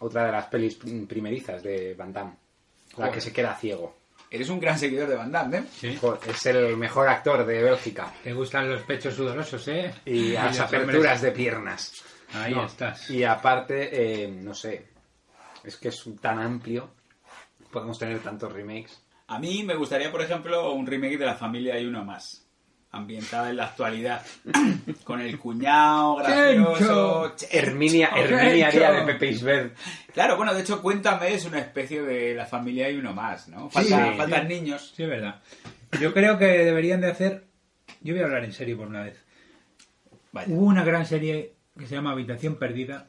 Speaker 3: Otra de las pelis prim- primerizas de Van Damme. La
Speaker 4: Joder.
Speaker 3: que se queda ciego.
Speaker 4: Eres un gran seguidor de Van Damme, ¿eh?
Speaker 3: Joder, es el mejor actor de Bélgica.
Speaker 5: Te gustan los pechos sudorosos, ¿eh?
Speaker 3: Y las
Speaker 5: las
Speaker 3: aperturas
Speaker 5: hombres-
Speaker 3: de piernas.
Speaker 5: Ahí
Speaker 3: No,
Speaker 5: estás.
Speaker 3: Y aparte, eh, no sé, es que es tan amplio, podemos tener tantos remakes.
Speaker 4: A mí me gustaría, por ejemplo, un remake de La familia y uno más. Ambientada en la actualidad. [coughs] con el cuñado, gracioso. Chencho.
Speaker 3: Herminia, Herminia haría de Pepe Isbert.
Speaker 4: Claro, bueno, de hecho, Cuéntame es una especie de La familia y uno más, ¿no? Falta-
Speaker 5: Sí.
Speaker 4: faltan niños.
Speaker 5: Sí, es verdad. Yo creo que deberían de hacer. Yo voy a hablar en serio por una vez.
Speaker 4: Vaya.
Speaker 5: Hubo una gran serie que se llama Habitación Perdida,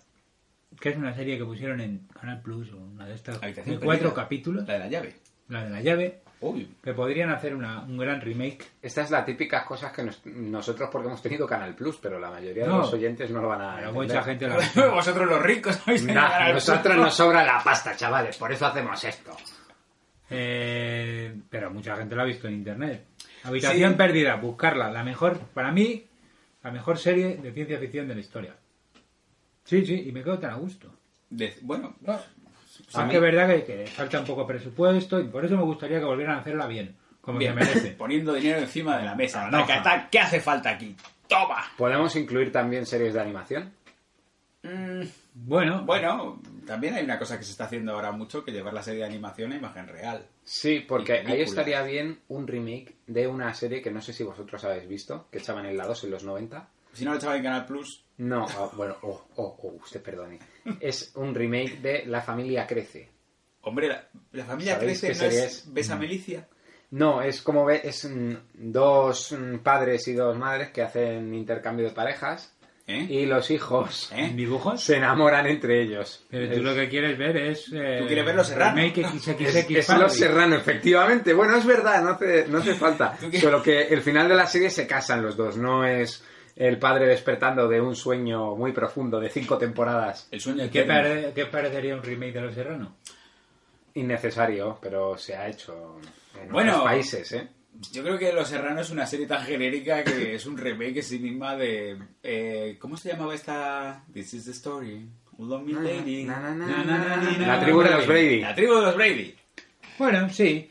Speaker 5: que es una serie que pusieron en Canal Plus o una de estas
Speaker 4: Habitación
Speaker 5: de cuatro
Speaker 4: Perdida.
Speaker 5: capítulos,
Speaker 4: La de la llave.
Speaker 5: la de la llave,
Speaker 4: Uy.
Speaker 5: que podrían hacer una, un gran remake.
Speaker 3: Esta es la típica cosas que nos- nosotros porque hemos tenido Canal Plus, pero la mayoría de
Speaker 5: No.
Speaker 3: los oyentes no lo van a
Speaker 5: Pero
Speaker 3: entender.
Speaker 5: mucha gente [laughs] la
Speaker 4: Vosotros los
Speaker 5: [laughs]
Speaker 4: ricos [laughs]
Speaker 3: [laughs]
Speaker 4: habéis
Speaker 3: Nah,
Speaker 4: tenido que ganar el
Speaker 3: nosotros
Speaker 4: sueldo.
Speaker 3: nos sobra la pasta, chavales, por eso hacemos esto.
Speaker 5: Eh, pero mucha gente la ha visto en internet. Habitación
Speaker 4: Sí.
Speaker 5: Perdida, buscarla. La mejor, para mí, la mejor serie de ciencia ficción de la historia. Sí, sí, y me quedo tan a gusto.
Speaker 4: De- bueno,
Speaker 5: Sí,
Speaker 3: mí-
Speaker 5: que es verdad que, que falta un poco presupuesto y por eso me gustaría que volvieran a hacerla bien, como
Speaker 4: bien.
Speaker 5: se merece.
Speaker 4: [laughs]
Speaker 5: Ah,
Speaker 4: Poniendo dinero encima de la mesa.
Speaker 5: Anoja.
Speaker 4: Taca, taca, ¿Qué hace falta aquí? ¡Toma!
Speaker 3: ¿Podemos incluir también series de animación?
Speaker 4: Mm,
Speaker 5: Bueno,
Speaker 4: Bueno, también hay una cosa que se está haciendo ahora mucho, que llevar la serie de animación a imagen real.
Speaker 3: Sí, porque
Speaker 4: Y
Speaker 3: ahí
Speaker 4: películas.
Speaker 3: estaría bien un remake de una serie que no sé si vosotros habéis visto, que echaban en la 2 en los 90.
Speaker 4: Si no lo echaba en Canal Plus,
Speaker 3: No, ah, bueno, oh, oh, oh, usted perdone. Es un remake de La familia crece.
Speaker 4: hombre, la, la familia
Speaker 3: ¿Sabéis
Speaker 4: crece,
Speaker 3: qué
Speaker 4: ¿no
Speaker 3: serie
Speaker 4: es?
Speaker 3: es? Mm.
Speaker 4: ¿Ves a Melicia?
Speaker 3: No, es como ve, es mm, dos mm, padres y dos madres que hacen intercambio de parejas
Speaker 4: ¿Eh?
Speaker 3: y los hijos
Speaker 4: ¿Eh?
Speaker 5: dibujos.
Speaker 3: se enamoran entre ellos.
Speaker 5: Pero
Speaker 3: Es-
Speaker 5: tú lo que quieres ver es. eh,
Speaker 4: Tú quieres ver Los Serrano.
Speaker 5: Remake XXX
Speaker 3: Es, es
Speaker 5: Family.
Speaker 3: Los Serrano, efectivamente. Bueno, es verdad, no hace, no hace falta.
Speaker 4: [laughs] ¿Tú qué?
Speaker 3: Solo que el final de la serie se casan los dos, no es el padre despertando de un sueño muy profundo de cinco temporadas.
Speaker 4: El sueño
Speaker 5: ¿Qué,
Speaker 4: eterno.
Speaker 5: pare- qué parecería un remake de Los Serrano?
Speaker 3: Innecesario, pero se ha hecho en
Speaker 4: Bueno.
Speaker 3: otros países, ¿eh?
Speaker 4: Yo creo que Los Serrano es una serie tan genérica que es un remake en sí misma de... eh, ¿Cómo se llamaba esta? This is the story. Love me lady.
Speaker 3: Na, na, na,
Speaker 5: Na, na, na, na,
Speaker 3: La tribu de los Brady.
Speaker 4: La tribu de los Brady.
Speaker 5: Bueno, sí.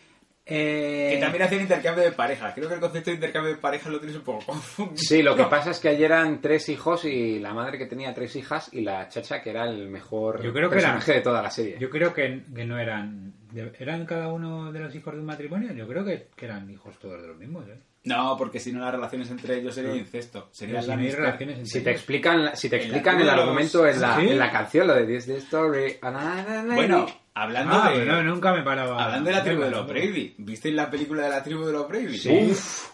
Speaker 5: Eh,
Speaker 4: Que también hacen intercambio de parejas. Creo que el concepto de intercambio de parejas lo tienes un poco [laughs] confundido.
Speaker 3: Sí, lo que pasa es que ayer eran tres hijos y la madre que tenía tres hijas y la chacha que era el mejor
Speaker 5: Yo creo que
Speaker 3: personaje
Speaker 5: era-
Speaker 3: de toda la serie.
Speaker 5: Yo creo que, que no eran. de- ¿Eran cada uno de los hijos de un matrimonio? Yo creo que, que eran hijos todos de los mismos. ¿eh?
Speaker 4: No, porque si no las relaciones entre ellos serían incesto. Sería
Speaker 5: Pero
Speaker 4: la
Speaker 5: sin ir
Speaker 4: amistad.
Speaker 5: relaciones entre
Speaker 3: Si te
Speaker 5: ellos.
Speaker 3: explican, la- si te
Speaker 4: En la
Speaker 3: explican el
Speaker 4: tribu de los-
Speaker 3: argumento en la,
Speaker 5: ¿Sí?
Speaker 3: en la canción, lo de This is the Story. ah, na, na, na,
Speaker 4: Bueno,
Speaker 3: na.
Speaker 4: hablando
Speaker 5: Ah,
Speaker 4: de...
Speaker 5: no, nunca me paraba.
Speaker 4: Hablando de la tribu de los
Speaker 5: Brady.
Speaker 4: Brady, ¿visteis la película de la tribu de los Brady?
Speaker 5: Sí.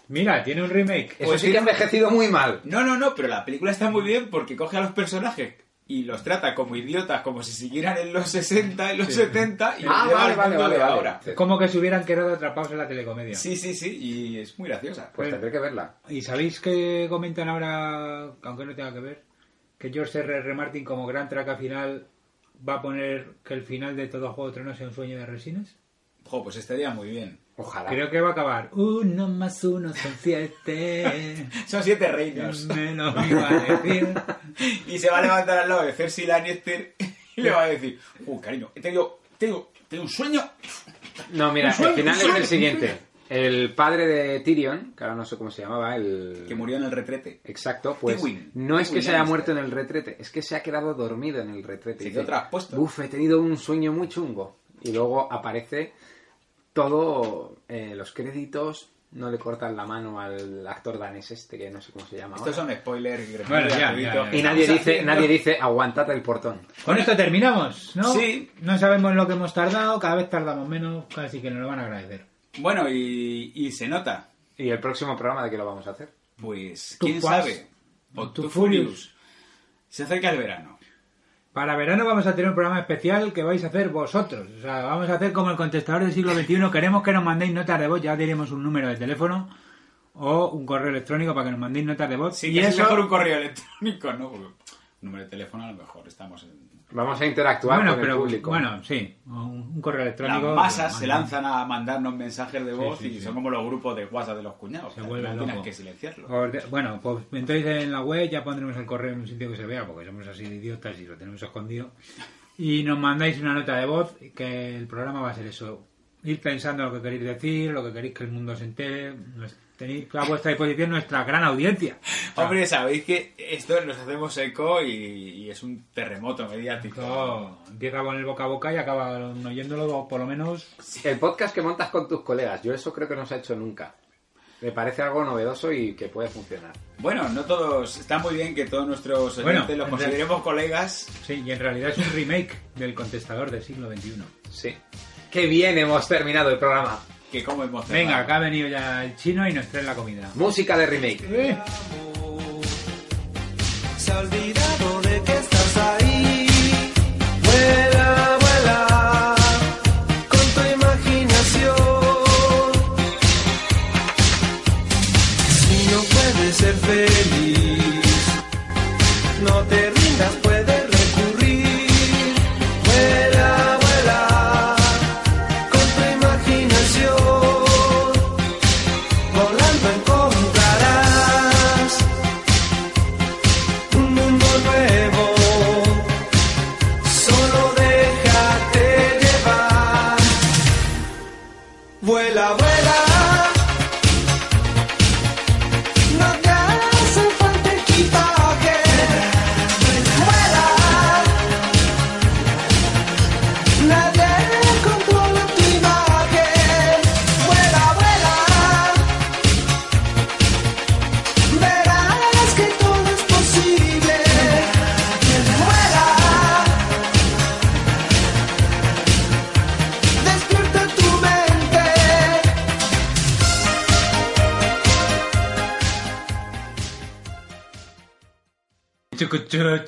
Speaker 5: Mira, tiene un remake.
Speaker 3: Eso
Speaker 4: Pues
Speaker 3: sí que
Speaker 4: sí.
Speaker 3: ha envejecido muy mal. Pues
Speaker 4: No, no, no, pero la película está muy bien porque coge a los personajes y los trata como idiotas, como si siguieran en los 60, en los 70 y
Speaker 3: Ah,
Speaker 4: los
Speaker 3: vale,
Speaker 4: lleva al
Speaker 3: vale,
Speaker 4: mundo
Speaker 3: vale,
Speaker 4: de
Speaker 3: vale.
Speaker 4: ahora.
Speaker 3: Sí.
Speaker 5: Como que se hubieran quedado atrapados en la telecomedia.
Speaker 4: Sí, sí, sí, y es muy graciosa.
Speaker 3: Pues tendré que verla.
Speaker 5: ¿Y sabéis que comentan ahora, aunque no tenga que ver, que George R. R. Martin como gran traca final va a poner que el final de todo Juego de Tronos sea un sueño de resinas?
Speaker 4: Jo, pues estaría muy bien.
Speaker 3: Ojalá.
Speaker 5: Creo que va a acabar. Uno más uno son [laughs] siete.
Speaker 4: Son siete reinos.
Speaker 5: Me lo iba a decir.
Speaker 4: [laughs] y se va a levantar al lado de Cersei Lannister y le va a decir, uh, cariño, he tenido, tengo, tengo un sueño.
Speaker 3: No, mira, el final es el siguiente. El padre de Tyrion, que ahora no sé cómo se llamaba, el...
Speaker 4: Que murió en el retrete.
Speaker 3: Exacto, pues
Speaker 4: Tywin.
Speaker 3: no es que
Speaker 4: Tywin
Speaker 3: se haya
Speaker 4: Lannister.
Speaker 3: muerto en el retrete, es que se ha quedado dormido en el retrete.
Speaker 4: Se
Speaker 3: Y
Speaker 4: quedó
Speaker 3: dice,
Speaker 4: traspuesto.
Speaker 3: Buf, he tenido un sueño muy chungo. Y luego aparece todo, eh, los créditos, no le cortan la mano al actor danés este, que no sé cómo se llama.
Speaker 4: Estos
Speaker 3: ahora.
Speaker 4: son spoilers.
Speaker 5: Bueno, ya, ya, ya.
Speaker 3: Y nadie
Speaker 5: Estamos
Speaker 3: dice,
Speaker 5: haciendo-
Speaker 3: nadie dice, aguantad el portón.
Speaker 5: Con esto terminamos, ¿no?
Speaker 4: Sí.
Speaker 5: No sabemos lo que hemos tardado, cada vez tardamos menos, así que nos lo van a agradecer.
Speaker 4: Bueno, y, y se nota.
Speaker 3: ¿Y el próximo programa de qué lo vamos a hacer?
Speaker 4: Pues,
Speaker 5: Too
Speaker 4: ¿quién
Speaker 5: Fast,
Speaker 4: sabe? O
Speaker 5: Too
Speaker 4: Too
Speaker 5: Furious.
Speaker 4: Furious. Se acerca el verano.
Speaker 5: Para verano vamos a tener un programa especial que vais a hacer vosotros. O sea, vamos a hacer como el contestador del siglo XXI. Queremos que nos mandéis notas de voz. Ya diremos un número de teléfono o un correo electrónico para que nos mandéis notas de voz.
Speaker 4: Sí, que es mejor un correo electrónico, ¿no? Porque un número de teléfono a lo mejor estamos en...
Speaker 3: Vamos a interactuar
Speaker 5: Bueno,
Speaker 3: con
Speaker 5: pero-
Speaker 3: el público.
Speaker 5: Bueno, sí. Un, un correo
Speaker 4: Las
Speaker 5: electrónico.
Speaker 4: masas se
Speaker 5: Bueno,
Speaker 4: lanzan a mandarnos mensajes de voz
Speaker 5: sí,
Speaker 4: y
Speaker 5: sí.
Speaker 4: son como los grupos de WhatsApp de los cuñados. Se
Speaker 5: vuelve
Speaker 4: Tienen
Speaker 5: loco.
Speaker 4: que silenciarlo.
Speaker 5: os de- Bueno, pues entréis en la web, ya pondremos el correo en un sitio que se vea, porque somos así de idiotas y lo tenemos escondido. Y nos mandáis una nota de voz, que el programa va a ser eso. Ir pensando lo que queréis decir, lo que queréis que el mundo se entere. Nos- Tenéis a vuestra disposición nuestra gran audiencia.
Speaker 4: Hombre, sabéis que esto nos hacemos eco y, y es un terremoto mediático.
Speaker 5: Esto empieza con el boca a boca y acaba oyéndolo por lo menos.
Speaker 3: El podcast que montas con tus colegas, yo eso creo que no se ha hecho nunca. Me parece algo novedoso y que puede funcionar.
Speaker 4: Bueno, no todos. Está muy bien que todos nuestros
Speaker 5: Bueno,
Speaker 4: oyentes los
Speaker 5: en
Speaker 4: consideremos colegas.
Speaker 5: Sí, y en realidad es un remake del contestador del siglo XXI.
Speaker 3: Sí. Qué bien hemos terminado el programa.
Speaker 4: Que como hemos
Speaker 5: Venga,
Speaker 4: cerrado.
Speaker 5: acá ha venido ya el chino y nos trae la comida.
Speaker 3: Música de remake.
Speaker 5: Eh.
Speaker 14: Se ha olvidado de que estás ahí. Vuela, vuela con tu imaginación. Si no puedes ser feliz, no te rindas, puedes recurrir. Vuela, vuela con tu imaginación. Volando encontrarás un mundo nuevo. Solo déjate llevar. Vuela, vuela. No te hace falta equipaje. Vuela. Nadie controla tu imagen. Vuela, vuela. Verás que todo es posible. Vuela. Despierta tu mente.
Speaker 5: Chucuchú,